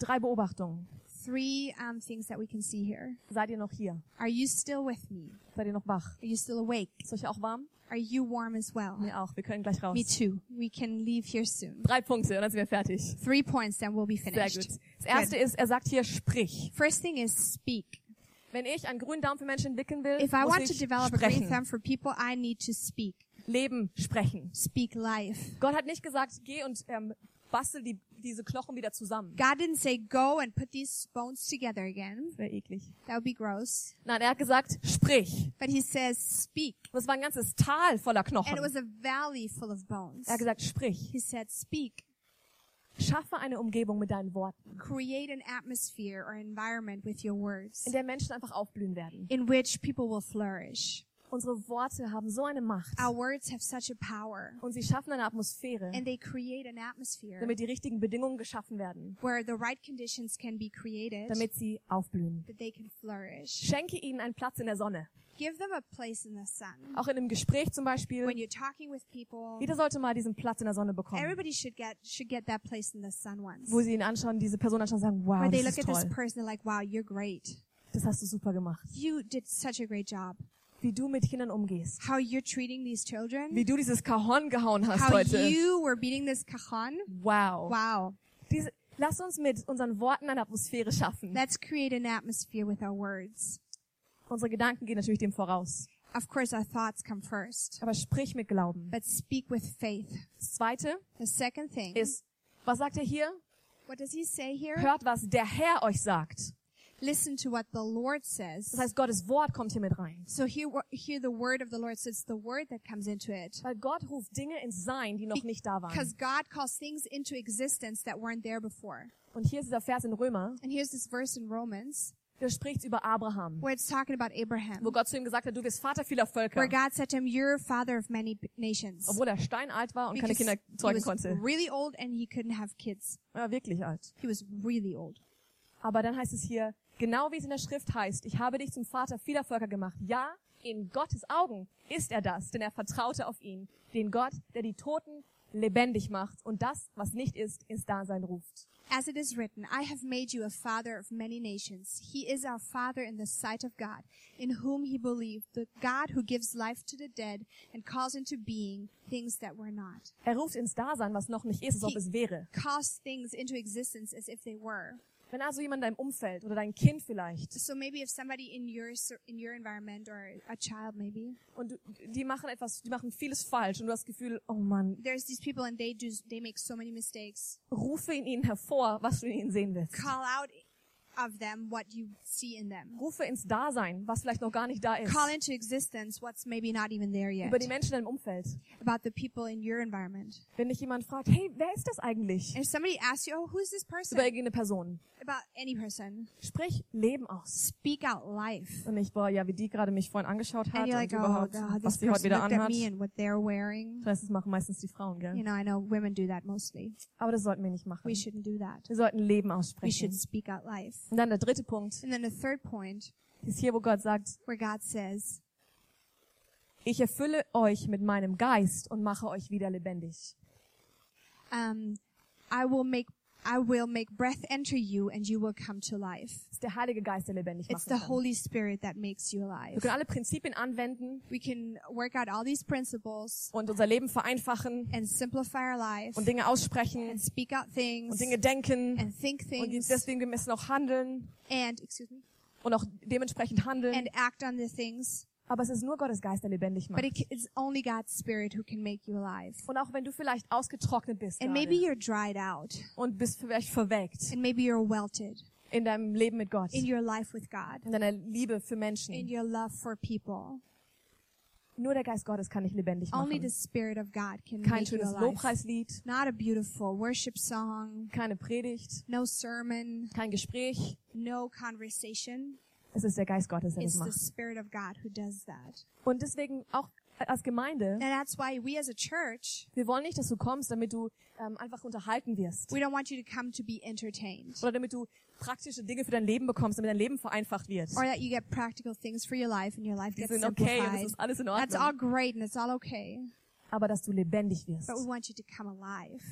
Speaker 1: Drei Beobachtungen.
Speaker 2: three um, things that we can see here
Speaker 1: Seid ihr noch hier?
Speaker 2: are you still with me
Speaker 1: Seid ihr noch wach?
Speaker 2: are you still awake
Speaker 1: Ist euch auch warm?
Speaker 2: are you warm as well
Speaker 1: Mir auch. Wir können gleich raus.
Speaker 2: me too we can leave here soon
Speaker 1: Drei Punkte und dann sind wir fertig.
Speaker 2: three points then we'll be
Speaker 1: Sehr
Speaker 2: finished
Speaker 1: gut. Das erste ist, er sagt hier, sprich.
Speaker 2: first thing is speak
Speaker 1: Wenn ich einen grünen Daumen für Menschen entwickeln will,
Speaker 2: If I want
Speaker 1: muss
Speaker 2: to
Speaker 1: ich
Speaker 2: develop a green
Speaker 1: sprechen.
Speaker 2: thumb for people, I need to speak.
Speaker 1: Leben sprechen.
Speaker 2: Speak life.
Speaker 1: Gott hat nicht gesagt, geh und ähm, bastel die, diese Knochen wieder zusammen.
Speaker 2: God didn't say go and put these bones together again.
Speaker 1: Das wäre eklig.
Speaker 2: That would be gross.
Speaker 1: Nein, er hat gesagt, sprich.
Speaker 2: But he says speak.
Speaker 1: Und es war ein ganzes Tal voller Knochen.
Speaker 2: And it was a valley full of bones.
Speaker 1: Er hat gesagt, sprich.
Speaker 2: He said speak.
Speaker 1: Schaffe eine Umgebung mit deinen Worten,
Speaker 2: Create an atmosphere or environment with your words
Speaker 1: in der Menschen einfach aufblühen werden.
Speaker 2: in which people will flourish.
Speaker 1: Unsere Worte haben so eine Macht.
Speaker 2: Our words have such a power
Speaker 1: Und sie schaffen eine Atmosphäre,
Speaker 2: and they create an atmosphere
Speaker 1: damit die richtigen Bedingungen geschaffen werden,
Speaker 2: where the right conditions can be created
Speaker 1: damit sie aufblühen.
Speaker 2: that they can flourish.
Speaker 1: Schenke ihnen einen Platz in der Sonne.
Speaker 2: Give them a place in the sun.
Speaker 1: Auch in einem Gespräch zum Beispiel.
Speaker 2: When you're talking with people,
Speaker 1: Jeder sollte mal diesen Platz in der Sonne bekommen,
Speaker 2: everybody should get should get that place in the sun once.
Speaker 1: wo sie ihn anschauen, diese Person anschauen und sagen, wow,
Speaker 2: Where they
Speaker 1: das
Speaker 2: look
Speaker 1: ist
Speaker 2: at this
Speaker 1: toll.
Speaker 2: person, they're like, wow, you're great.
Speaker 1: Das hast du super gemacht.
Speaker 2: You did such a great job.
Speaker 1: Wie du mit Kindern umgehst.
Speaker 2: How you're treating these children.
Speaker 1: Wie du dieses Cajon gehauen hast
Speaker 2: How
Speaker 1: heute.
Speaker 2: you were beating this cajon.
Speaker 1: Wow.
Speaker 2: Wow.
Speaker 1: Diese, lass uns mit unseren Worten eine Atmosphäre schaffen.
Speaker 2: Let's create an atmosphere with our words.
Speaker 1: Unsere Gedanken gehen natürlich dem voraus.
Speaker 2: Of course, our thoughts come first,
Speaker 1: Aber sprich mit Glauben.
Speaker 2: but speak with faith.
Speaker 1: Das zweite
Speaker 2: The second thing
Speaker 1: ist, was sagt er hier?
Speaker 2: what does he say here?
Speaker 1: Hört, was der Herr euch sagt.
Speaker 2: Listen to what the Lord says.
Speaker 1: Das heißt, Gottes Wort kommt hier mit rein.
Speaker 2: So here, wo- here the word of the Lord. So it's the word that comes into it.
Speaker 1: Weil Gott ruft Dinge ins Sein, die noch nicht da
Speaker 2: Because
Speaker 1: waren.
Speaker 2: God calls things into existence that weren't there before.
Speaker 1: Und hier ist dieser Vers in Römer,
Speaker 2: And here's this verse in Romans
Speaker 1: der spricht über Abraham,
Speaker 2: where it's talking about Abraham,
Speaker 1: wo Gott zu ihm gesagt hat, du wirst Vater vieler Völker.
Speaker 2: where God said to him, you're father of many b- nations.
Speaker 1: Obwohl er steinalt war und keine
Speaker 2: Because he
Speaker 1: Kinder zeugen
Speaker 2: was
Speaker 1: konnte.
Speaker 2: really old and he couldn't have kids.
Speaker 1: Er war wirklich alt.
Speaker 2: He was really old.
Speaker 1: Aber dann heißt es hier, genau wie es in der Schrift heißt, ich habe dich zum Vater vieler Völker gemacht. Ja, in Gottes Augen ist er das, denn er vertraute auf ihn, den Gott, der die Toten lebendig macht und das, was nicht ist, ins Dasein ruft.
Speaker 2: As it is written, I have made you a father of many nations. He is our father in the sight of God, in whom he believed, the God who gives life to the dead and calls into being things that were not.
Speaker 1: Er ruft ins Dasein, was noch nicht ist, als ob
Speaker 2: He-
Speaker 1: es wäre.
Speaker 2: Calls things into existence as if they were.
Speaker 1: Wenn also jemand in deinem Umfeld oder dein Kind vielleicht
Speaker 2: So maybe if somebody in your cir- in your environment or a child maybe
Speaker 1: und du- die machen etwas, die machen vieles falsch und du hast das Gefühl, oh Mann,
Speaker 2: there's these people and they do they make so many mistakes.
Speaker 1: rufe in ihnen hervor, was du in ihnen sehen willst.
Speaker 2: Call out of them what you see in them.
Speaker 1: Rufe ins Dasein, was vielleicht noch gar nicht da ist.
Speaker 2: Call into existence what's maybe not even there yet.
Speaker 1: Über die Menschen in deinem Umfeld.
Speaker 2: About the people in your environment.
Speaker 1: Wenn dich jemand fragt, hey, wer ist das eigentlich?
Speaker 2: And if somebody asks you, "Oh, who's this person?"
Speaker 1: Über irgendeine Person.
Speaker 2: About any person,
Speaker 1: Sprich Leben aus.
Speaker 2: speak out life.
Speaker 1: Und ich, boah, ja, wie die gerade mich vorhin angeschaut hat
Speaker 2: And you're
Speaker 1: und
Speaker 2: like, "Oh
Speaker 1: überhaupt,
Speaker 2: God, this
Speaker 1: was sie heute
Speaker 2: person
Speaker 1: wieder
Speaker 2: looked at
Speaker 1: anhat.
Speaker 2: me
Speaker 1: Ich
Speaker 2: and what they're wearing."
Speaker 1: weiß, das machen meistens die Frauen, gell?
Speaker 2: You know, I know women do that mostly.
Speaker 1: Aber das sollten wir nicht machen.
Speaker 2: We shouldn't do that.
Speaker 1: Wir sollten Leben
Speaker 2: We should
Speaker 1: aussprechen.
Speaker 2: speak out life.
Speaker 1: Und dann der dritte Punkt
Speaker 2: And then the third point,
Speaker 1: ist hier, wo Gott sagt,
Speaker 2: where God says,
Speaker 1: ich erfülle euch mit meinem Geist und mache euch wieder lebendig.
Speaker 2: um, I will make I will make breath enter you and you will come to life.
Speaker 1: Es ist der Heilige Geist, der lebendig
Speaker 2: It's
Speaker 1: macht.
Speaker 2: the
Speaker 1: Wir
Speaker 2: Holy Spirit that makes you alive.
Speaker 1: können alle Prinzipien anwenden
Speaker 2: We can work out all these principles
Speaker 1: und unser Leben vereinfachen
Speaker 2: and simplify our life
Speaker 1: und Dinge aussprechen
Speaker 2: and speak out
Speaker 1: und
Speaker 2: things
Speaker 1: Dinge denken
Speaker 2: and think
Speaker 1: und
Speaker 2: things
Speaker 1: deswegen gemessen auch handeln
Speaker 2: and excuse me
Speaker 1: und auch dementsprechend handeln.
Speaker 2: and act on the things.
Speaker 1: Aber es ist nur Gottes Geist, der lebendig
Speaker 2: But
Speaker 1: macht.
Speaker 2: it, ca- it's only God's Spirit who can make you alive.
Speaker 1: Und auch wenn du vielleicht ausgetrocknet bist
Speaker 2: And maybe
Speaker 1: gerade
Speaker 2: you're dried out
Speaker 1: und bist vielleicht verwelkt
Speaker 2: and maybe you're welted
Speaker 1: in deinem Leben mit Gott,
Speaker 2: in
Speaker 1: in
Speaker 2: your life with God,
Speaker 1: deiner Liebe für
Speaker 2: in
Speaker 1: Menschen.
Speaker 2: your love for people.
Speaker 1: Nur der Geist Gottes kann dich lebendig
Speaker 2: Only the
Speaker 1: machen.
Speaker 2: Spirit of God
Speaker 1: Kein
Speaker 2: can make you
Speaker 1: schönes
Speaker 2: alive.
Speaker 1: Lobpreislied,
Speaker 2: Not a beautiful worship song,
Speaker 1: keine Predigt,
Speaker 2: no sermon,
Speaker 1: kein Gespräch.
Speaker 2: no conversation.
Speaker 1: Es ist der Geist Gottes, der das
Speaker 2: It's the
Speaker 1: macht.
Speaker 2: Spirit of God who does that.
Speaker 1: Und deswegen auch als Gemeinde,
Speaker 2: And that's why we as a church,
Speaker 1: wir wollen nicht, dass du kommst, damit du ähm, einfach unterhalten wirst.
Speaker 2: we don't want you to come to be entertained
Speaker 1: Oder damit du praktische Dinge für dein Leben bekommst, damit dein Leben vereinfacht wird.
Speaker 2: or that you get practical things for your life and your life
Speaker 1: Die
Speaker 2: gets
Speaker 1: sind okay und es
Speaker 2: simplified.
Speaker 1: ist alles in
Speaker 2: That's all
Speaker 1: Ordnung.
Speaker 2: great and it's all okay.
Speaker 1: Aber dass du lebendig wirst.
Speaker 2: But we want you to come alive.